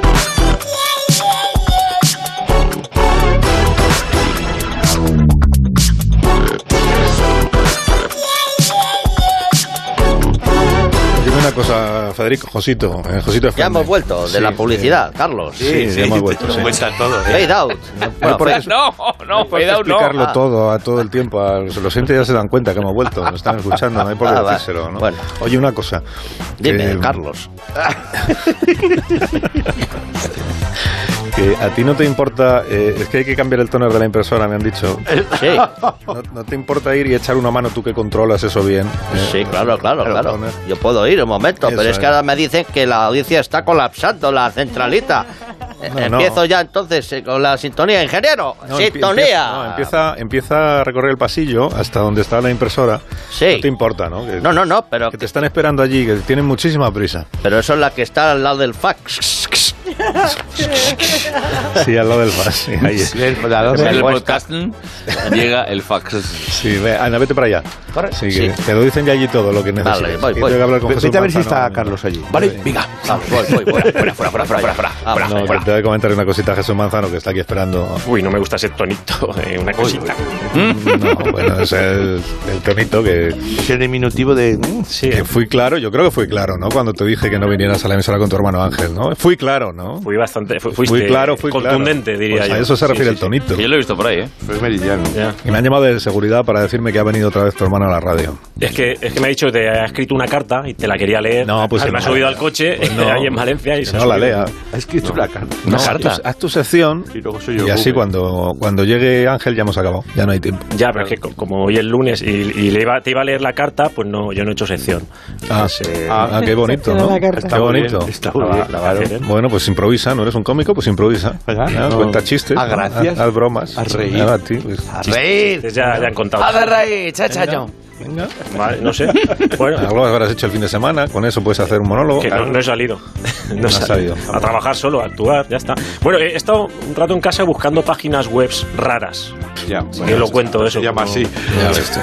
Dime una cosa, Federico, Josito, eh, Josito
Ya
Fernández.
hemos vuelto de
Sí,
la
sí.
publicidad, Carlos.
Sí, sí, ya hemos vuelto. sí.
Pues
¿eh?
Fade out.
Bueno, por eso-
¿eh? no, no,
Hay que
fade out no.
explicarlo
Ah.
todo a todo el tiempo. A los los oyentes ya se dan cuenta que hemos vuelto, nos están escuchando, no hay por qué
Ah, va.
decírselo. ¿no?
Bueno.
Oye, una cosa.
Dime,
que-
Carlos.
Que a ti no te importa, eh, es que hay que cambiar el toner de la impresora, me han dicho.
Sí.
No, no te importa ir y echar una mano tú que controlas eso bien. eh,
Sí, claro, claro,
el
claro.
toner.
Yo puedo ir un momento,
Eso
pero es que
es.
ahora me dicen que la audiencia está colapsando, la centralita. Eh,
No, no.
Empiezo ya entonces eh, con la sintonía, ingeniero.
No, empie-
sintonía.
empieza- no, empieza, empieza a recorrer el pasillo hasta donde está la impresora. No te importa, ¿no? Que-
No, no, no, pero
Que te están esperando allí, que tienen muchísima prisa.
Pero eso es la que está al lado del fax.
Sí, al lado del bar. sí, ahí es.
En el podcast llega el fax.
Sí, ve, Ana, vete para allá.
Corre.
Sí, que
Sí.
te lo dicen ya allí todo lo que necesitas.
Vale, voy,
Y
voy.
tengo que hablar con
Vete
Jesús
a ver si
Manzano.
está
Carlos allí.
Vale, venga.
Ah, voy, voy, voy, fuera, fuera, fuera, fuera, fuera. Ah,
No, que te voy a comentar una cosita a Jesús Manzano que está aquí esperando.
Uy, no me gusta ese tonito, eh, una cosita. ¿Mm?
No, bueno, es el, el tonito que. el diminutivo de. mm, eh. Que fui claro, yo creo que fui claro, ¿no? Cuando te dije que no vinieras a la emisora con tu hermano Ángel, ¿no? Fui claro, ¿no?
Fui bastante, fu-
Fui
fuiste
claro, fui claro.
contundente, diría
Pues
yo.
a eso se
Sí,
refiere
sí,
el tonito.
Yo lo he visto por ahí, ¿eh? Fue meridiano.
Y me han llamado de seguridad para decirme que ha venido otra vez tu hermano a la radio.
Es que, es que me ha dicho, te ha escrito una carta y te la quería leer.
No, pues
Ah, me
no.
ha subido al coche
Pues no.
ahí en Valencia y
Que
se
no la
subido.
lea.
Ha escrito una carta.
No, haz
carta.
tu- Haz tu sección y,
yo el
así
Google.
cuando, cuando llegue Ángel ya hemos acabado. Ya no hay tiempo.
Ya, pero es que co- como hoy es lunes y, y le iba- te iba a leer la carta, pues no, yo no he hecho sección.
Ah, ah, ah, qué bonito, ¿no? Qué
muy
bonito. Ah,
bien, Está muy bien. Gracias, ¿eh?
Bueno, pues improvisa, ¿no eres un cómico? Pues improvisa. Ah,
No.
Cuenta chistes.
Ah, gracias.
Haz, haz bromas.
A reír.
Ah, a ti, pues, chistes.
reír. Ya, ya han contado.
A ver, reír, chacha,
Venga.
yo.
Vale, no sé. Bueno,
Algo habrás hecho el fin de semana, con eso puedes hacer un monólogo.
que no, no he salido.
No has salido.
A trabajar solo, a actuar, ya está. Bueno, he estado un rato en casa buscando páginas web raras.
Ya,
Sí,
bueno,
lo
está-
cuento eso.
Se llama
como-
así.
Ya ves tú.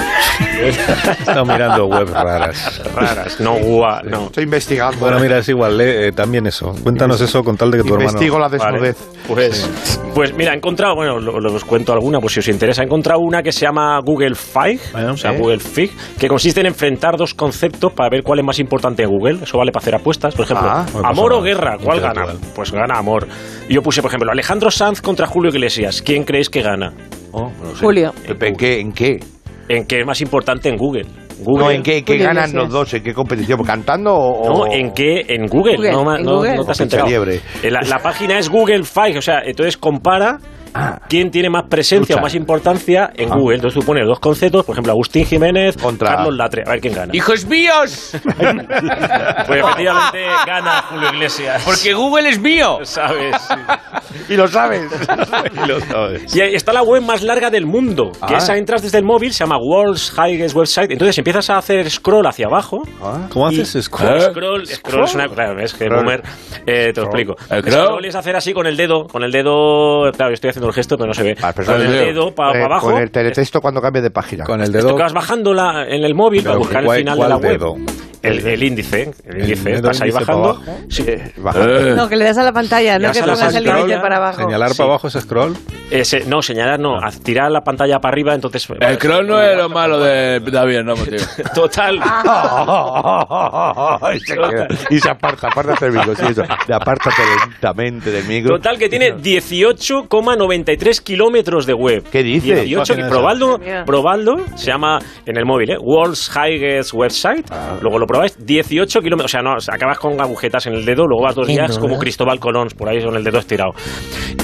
Está mirando web raras.
Raras, no gua, no.
Estoy investigando.
Bueno, mira, es igual, lee eh, también eso. Cuéntanos eso con tal de que tu hermano...
Investigo la desnudez.
Pues, pues mira, he encontrado, bueno, lo- lo- os cuento alguna, pues si os interesa, he encontrado una que se llama Google Fig, o sea,
eh.
Google Fig, que consiste en enfrentar dos conceptos para ver cuál es más importante de Google. Eso vale para hacer apuestas, por ejemplo.
Ah, pues
amor
pasa
o guerra, ¿cuál gana? Pues gana amor. Y Yo puse, por ejemplo, Alejandro Sanz contra Julio Iglesias. ¿Quién creéis que gana?
Oh, Julio.
¿En qué? ¿En qué? ¿En qué es más importante en Google? Google.
No, ¿En qué, en qué ganan los dos? ¿En qué competición? ¿Cantando o.?
No, ¿en qué? En Google.
Google,
no, ma-
en
no-
Google.
no te has
O
enterado.
Pichaliebre.
Eh, La, la página es Google Five, o sea, entonces compara quién tiene más presencia
Lucha.
o más importancia en
Ah.
Google. Entonces tú pones dos conceptos, por ejemplo, Agustín Jiménez contra Carlos Latre. A ver quién gana.
¡Hijos míos!
Pues efectivamente gana Julio Iglesias.
Porque
Google es mío. ¿Sabes?
y lo sabes.
Y ahí está la web más larga del mundo. Que
Ah.
esa entras desde el móvil, se llama World's Highest Website. Entonces empiezas a hacer scroll hacia abajo.
¿Cómo
y-
haces
Ah,
scroll? ¿Eh?
Scroll, scroll es una. Claro, es que boomer. Eh, te lo explico. Scroll es hacer así con el dedo. Con el dedo. Claro, yo estoy haciendo el gesto, pero no se ve. Con el dedo para
Eh,
abajo.
Con el teletexto cuando cambia de página. Con el
Esto que vas bajando la- en el móvil para
Pero,
buscar el
¿cuál-
final de
cuál
la web.
dedo?
El, el índice. El índice.
dedo
Vas ahí
índice para
bajando.
abajo? Eh,
Sí. Eh.
No, que le das a la pantalla,
Le
no
das
que
a la
pongas el
pantalla.
límite para abajo.
Señalar para
abajo es scroll.
Ese- no, señalar no.
Ah.
haz- Tirar la pantalla para arriba, entonces.
Eh,
El scroll no es lo malo de David, no, tío.
Total.
Ah.
y se aparta, apártate del micro. Sí, eso. Te apártate lentamente del micro.
Total que tiene 18,93 kilómetros de web. ¿Qué
dices?
18,
Página
probadlo,
esa.
probadlo, se llama en el móvil, ¿eh? World's Highest Website.
Ah.
Luego lo probáis, 18 kilómetros, o sea, no, o sea, acabas con agujetas en el dedo, luego vas dos
Qué
días
duro.
como Cristóbal Colón, por ahí con el dedo estirado.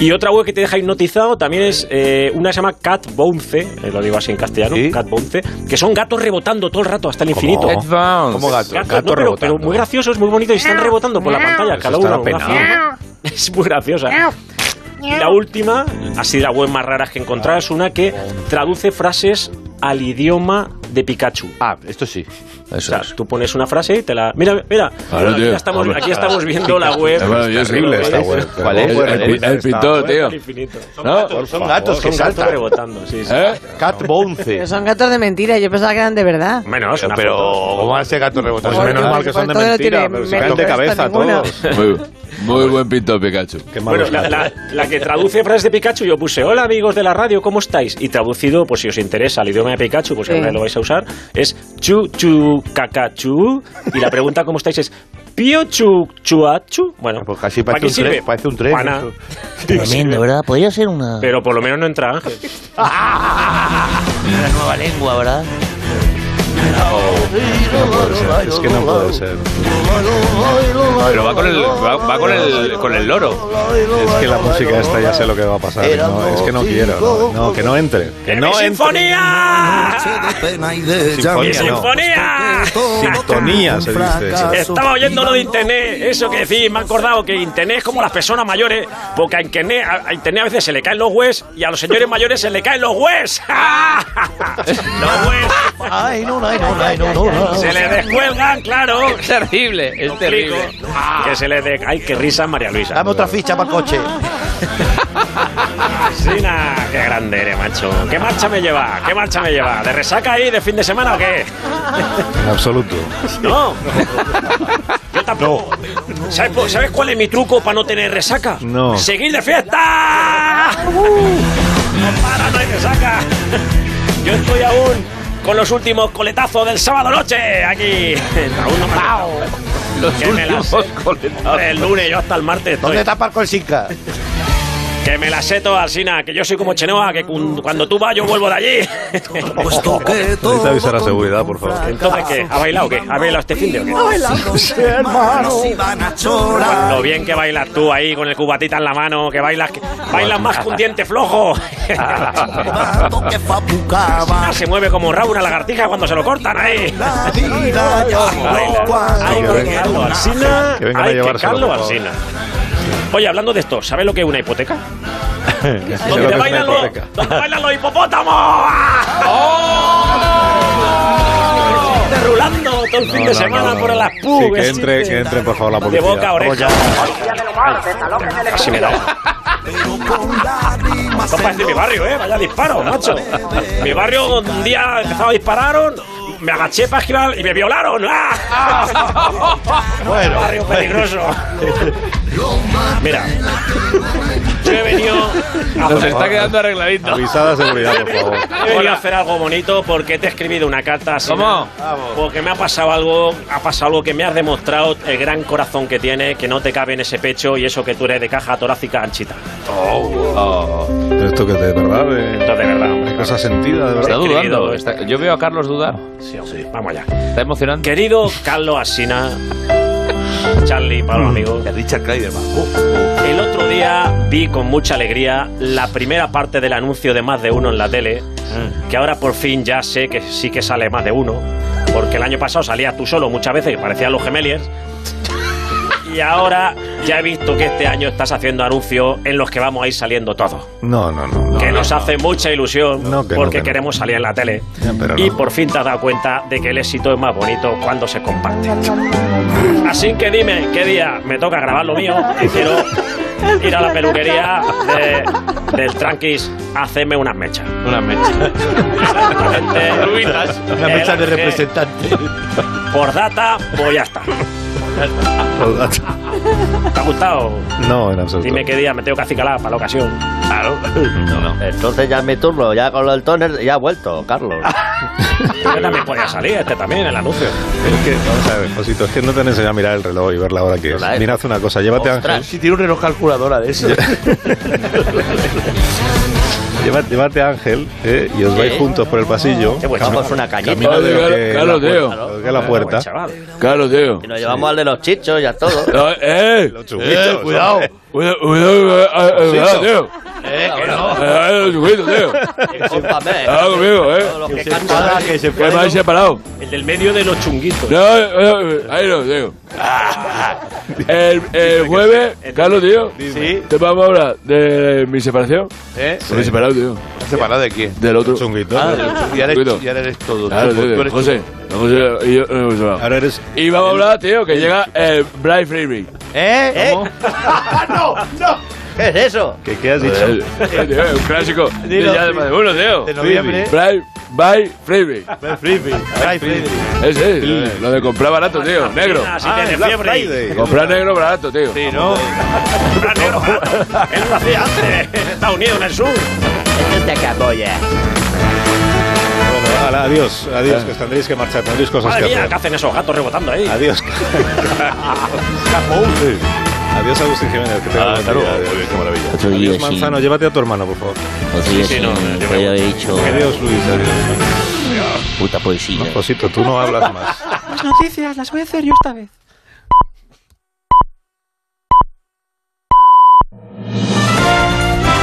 Y otra web que te deja hipnotizado también es eh, una que se llama Cat Bounce, eh, lo digo así en castellano, Cat Bounce, que son gatos rebotando todo el rato hasta el
¿Cómo?
infinito.
Cat bounce.
Como
¿Cómo
gatos,
gatos?
no,
Gatos
pero, pero
rebotando.
muy graciosos, muy bonitos y están rebotando por la pantalla cada
estará
uno. una
penado.
acción. Es muy graciosa. Y la última, así de las web más raras que he encontrado, es una que traduce frases al idioma de Pikachu. Ah, esto sí. o sea, tú pones una frase y te la. Mira, mira.
Claro,
aquí,
tío.
estamos,
Hombre.
aquí estamos viendo la web. ¿eh?
Es maravilloso. Terrible esta web. ¿Cuál es? El- el- el pintor, tío.
Son
¿No?
gatos, son gatos,
que saltan.
rebotando. Sí, sí.
¿Eh?
Cat
Pero
Bounce.
son gatos de mentira, yo pensaba que eran de verdad.
Menos,
pero, pero ¿cómo hace gato rebotando?
Pues menos mal que
son de Todo mentira, tiene pero se caen de mérito, cabeza esto ninguna. todos.
Muy, muy buen pintor Pikachu.
Bueno, la, la- la que traduce frases de Pikachu, yo puse, hola amigos de la radio, ¿cómo estáis? Y traducido, pues si os interesa el idioma de Pikachu, pues
Sí.
ahora lo vais a usar, es chu chu cacachu. Y la pregunta, ¿cómo estáis? Es pio chu chuachu. Bueno, pues casi
parece un tren, parece un tren eso.
Tremendo, ¿verdad? Podría ser una...
Ah. Pero por lo menos no entra Ángel.
una nueva lengua, ¿verdad?
Oh.
Es que no puede ser.
Pero va con el, va, va con el, con el loro.
Es que la música esta ya sé lo que va a pasar. No, es que no quiero. No, no, que no entre. Que no entre.
¡Sinfonía!
Sinfonía,
¡Mi
no.
¡Sinfonía!
Sintonía se dice. eso.
Estaba oyendo lo de Internet, eso que decís, me ha acordado que Internet es como las personas mayores, porque a Internet a, a Internet a veces se le caen los hues y a los señores mayores se le caen los hues. los hues.
Ay, no, no, no, no, no, no.
Se le descuelgan, claro. Ah, Es terrible, es
terrible.
Que se le de... Ay, qué risa María Luisa.
Dame otra ficha para el coche.
Sina, Ah, qué grande eres, macho. ¿Qué marcha me lleva? ¿Qué marcha me lleva? ¿De resaca ahí de fin de semana o qué?
En absoluto.
No. Yo tampoco. ¿Sabes, po- sabes cuál es mi truco para no tener resaca?
No.
¡Seguir de fiesta! No para, no hay resaca. Yo estoy aún con los últimos coletazos del sábado noche aquí. Aún no me han dejado.
Los
Que me las-
últimos coletazos.
El lunes, yo hasta el martes estoy.
¿Dónde está Parco el Sinca?
Que me la sé toda, Alsina, que yo soy como Chenoa, que cun- cuando tú vas yo vuelvo de allí.
Puesto que Necesita avisar a seguridad, por favor.
Entonces, ¿qué? ¿Ha bailado o qué? ¿Ha bailado este fin de o qué? Lo bien que bailas tú ahí con el cubatita en la mano, que bailas, que bailas más que un diente flojo. Ah, se mueve como Raúl una lagartija cuando se lo cortan ahí. Hay que Carlos Alsina,
Que vengan a
hay que
llevárselo,
Carlos
por favor.
Alsina. Oye, hablando de esto, ¿sabes lo que es una hipoteca?
lo
¿Dónde
que es
te
una
bailan los,
hipoteca.
dónde bailan los hipopótamos? ¡Oh! Derrulando todo el fin
No,
de
no,
semana
no, no.
por el Aspú.
Sí, que entre, que entre, por favor, la
De
policía.
boca a oreja. Así me da. Esto parece mi barrio, ¿eh? Vaya disparo, macho. Mi barrio donde un día empezaba a disparar, me agaché para esquivar y me violaron. ¡Ah!
Bueno.
Barrio peligroso. Mira. Yo he venido a
Nos está quedando
arregladito.
Avisada seguridad, por favor.
He venido a hacer algo bonito porque te he escribido una carta. así
¿Cómo?
nada. Porque me ha pasado algo, ha pasado algo que me has demostrado el gran corazón que tienes, que no te cabe en ese pecho y eso que tú eres de caja torácica anchita.
Oh, Pero esto que es de verdad, eh,
Esto de verdad, hombre.
cosa sentida, de
Está
verdad.
dudando,
está- yo veo a Carlos dudar.
Sí, hombre, vamos allá. Está emocionante. Querido Carlos Asina, Charlie, para
Mm.
los amigos. Richard uh. El otro día vi con mucha alegría la primera parte del anuncio de más de uno en la tele, que ahora por fin ya sé que sí que sale más de uno, porque el año pasado salías tú solo muchas veces y parecían los gemeliers. Y ahora ya he visto que este año estás haciendo anuncios en los que vamos a ir saliendo todos.
No, no, no.
que nos hace mucha ilusión
que no,
porque
que no.
queremos salir en la tele.
pero
y por fin te has dado cuenta de que el éxito es más bonito cuando se comparte. Así que dime qué día me toca grabar lo mío y quiero ir a la peluquería de- del Tranquis a hacerme unas mechas. Unas mechas. Exactamente.
Una mecha de
El que
representante.
Por data, voy a estar. ¿Te ha gustado?
No, en absoluto.
Dime qué día me tengo que acicalar para la ocasión. Claro.
Entonces ya es mi turno, ya con el tóner ya ha vuelto, Carlos.
Este también podía salir, este también, el anuncio.
Es que, vamos a ver, Josito, es que no te han enseñado a mirar el reloj y ver la hora que es. Mira, haz una cosa, llévate a Ángel.
Si tiene un reloj calculadora de eso.
Llévate, llévate a Ángel eh, y os vais
Sí.
juntos por el pasillo.
Qué bueno. Vamos una cañita.
Camino de lo
Claro,
que
claro,
la puerta,
tío.
lo que la puerta.
Claro, tío. Y nos llevamos al de los chichos y a todos.
¡Eh!
chuguitos,
eh, cuidado.
hombre.
Cuidado, cuidado, eh, eh,
Los
cuidado,
chichos.
tío. Eh, que no. Eh, los chuguitos, tío. Cuidado conmigo, eh.
que se
Que me habéis separado.
El del medio de los chunguitos.
No, no, no, ahí no, tío. El, el jueves, Carlos, tío, te vamos a hablar de mi separación.
¿Eh?
Me he separado, tío.
¿Separado de quién?
Del otro.
Chunguito.
Ah, del chunguito. Y ahora eres- y ahora eres todo.
Claro,
Tú-
tío,
tú eres
José. José y yo no hemos hablado.
Ahora eres.
Y vamos a hablar, tío, que llega el Brian Freeman.
¿Eh? ¿Cómo?
¡No! ¡No!
¿Qué es eso?
¿Qué, qué has dicho?
Eh, tío, es un clásico. De
Dilo.
ya de más de uno, tío.
De noviembre.
Brian by Freeman. Ese es, eh, lo de comprar barato, tío. Negro. Ah,
Si tiene
Black
fiebre.
Friday. Comprar negro barato, tío. Sí, ¿no?
Él lo hacía antes. Estados Unidos en el sur.
Esto te acabó ya.
Bueno, ala, adiós, adiós, que os tendréis que marchar, tendréis cosas
Madre
que
mía, ¿qué
hacer.
hacen esos gatos rebotando ahí?
Adiós. Sí. Adiós, Agustín Jiménez, que te
Ah,
buen
hasta
día.
luego.
Adiós, Qué maravilla.
Otro día,
Adiós,
sí.
Manzano, llévate a tu hermano, por favor.
Sí, sí, sí, no, no, yo me voy. dicho.
Adiós, Luis, adiós.
Puta poesía.
Josito, tú no hablas más.
Las noticias las voy a hacer yo esta vez.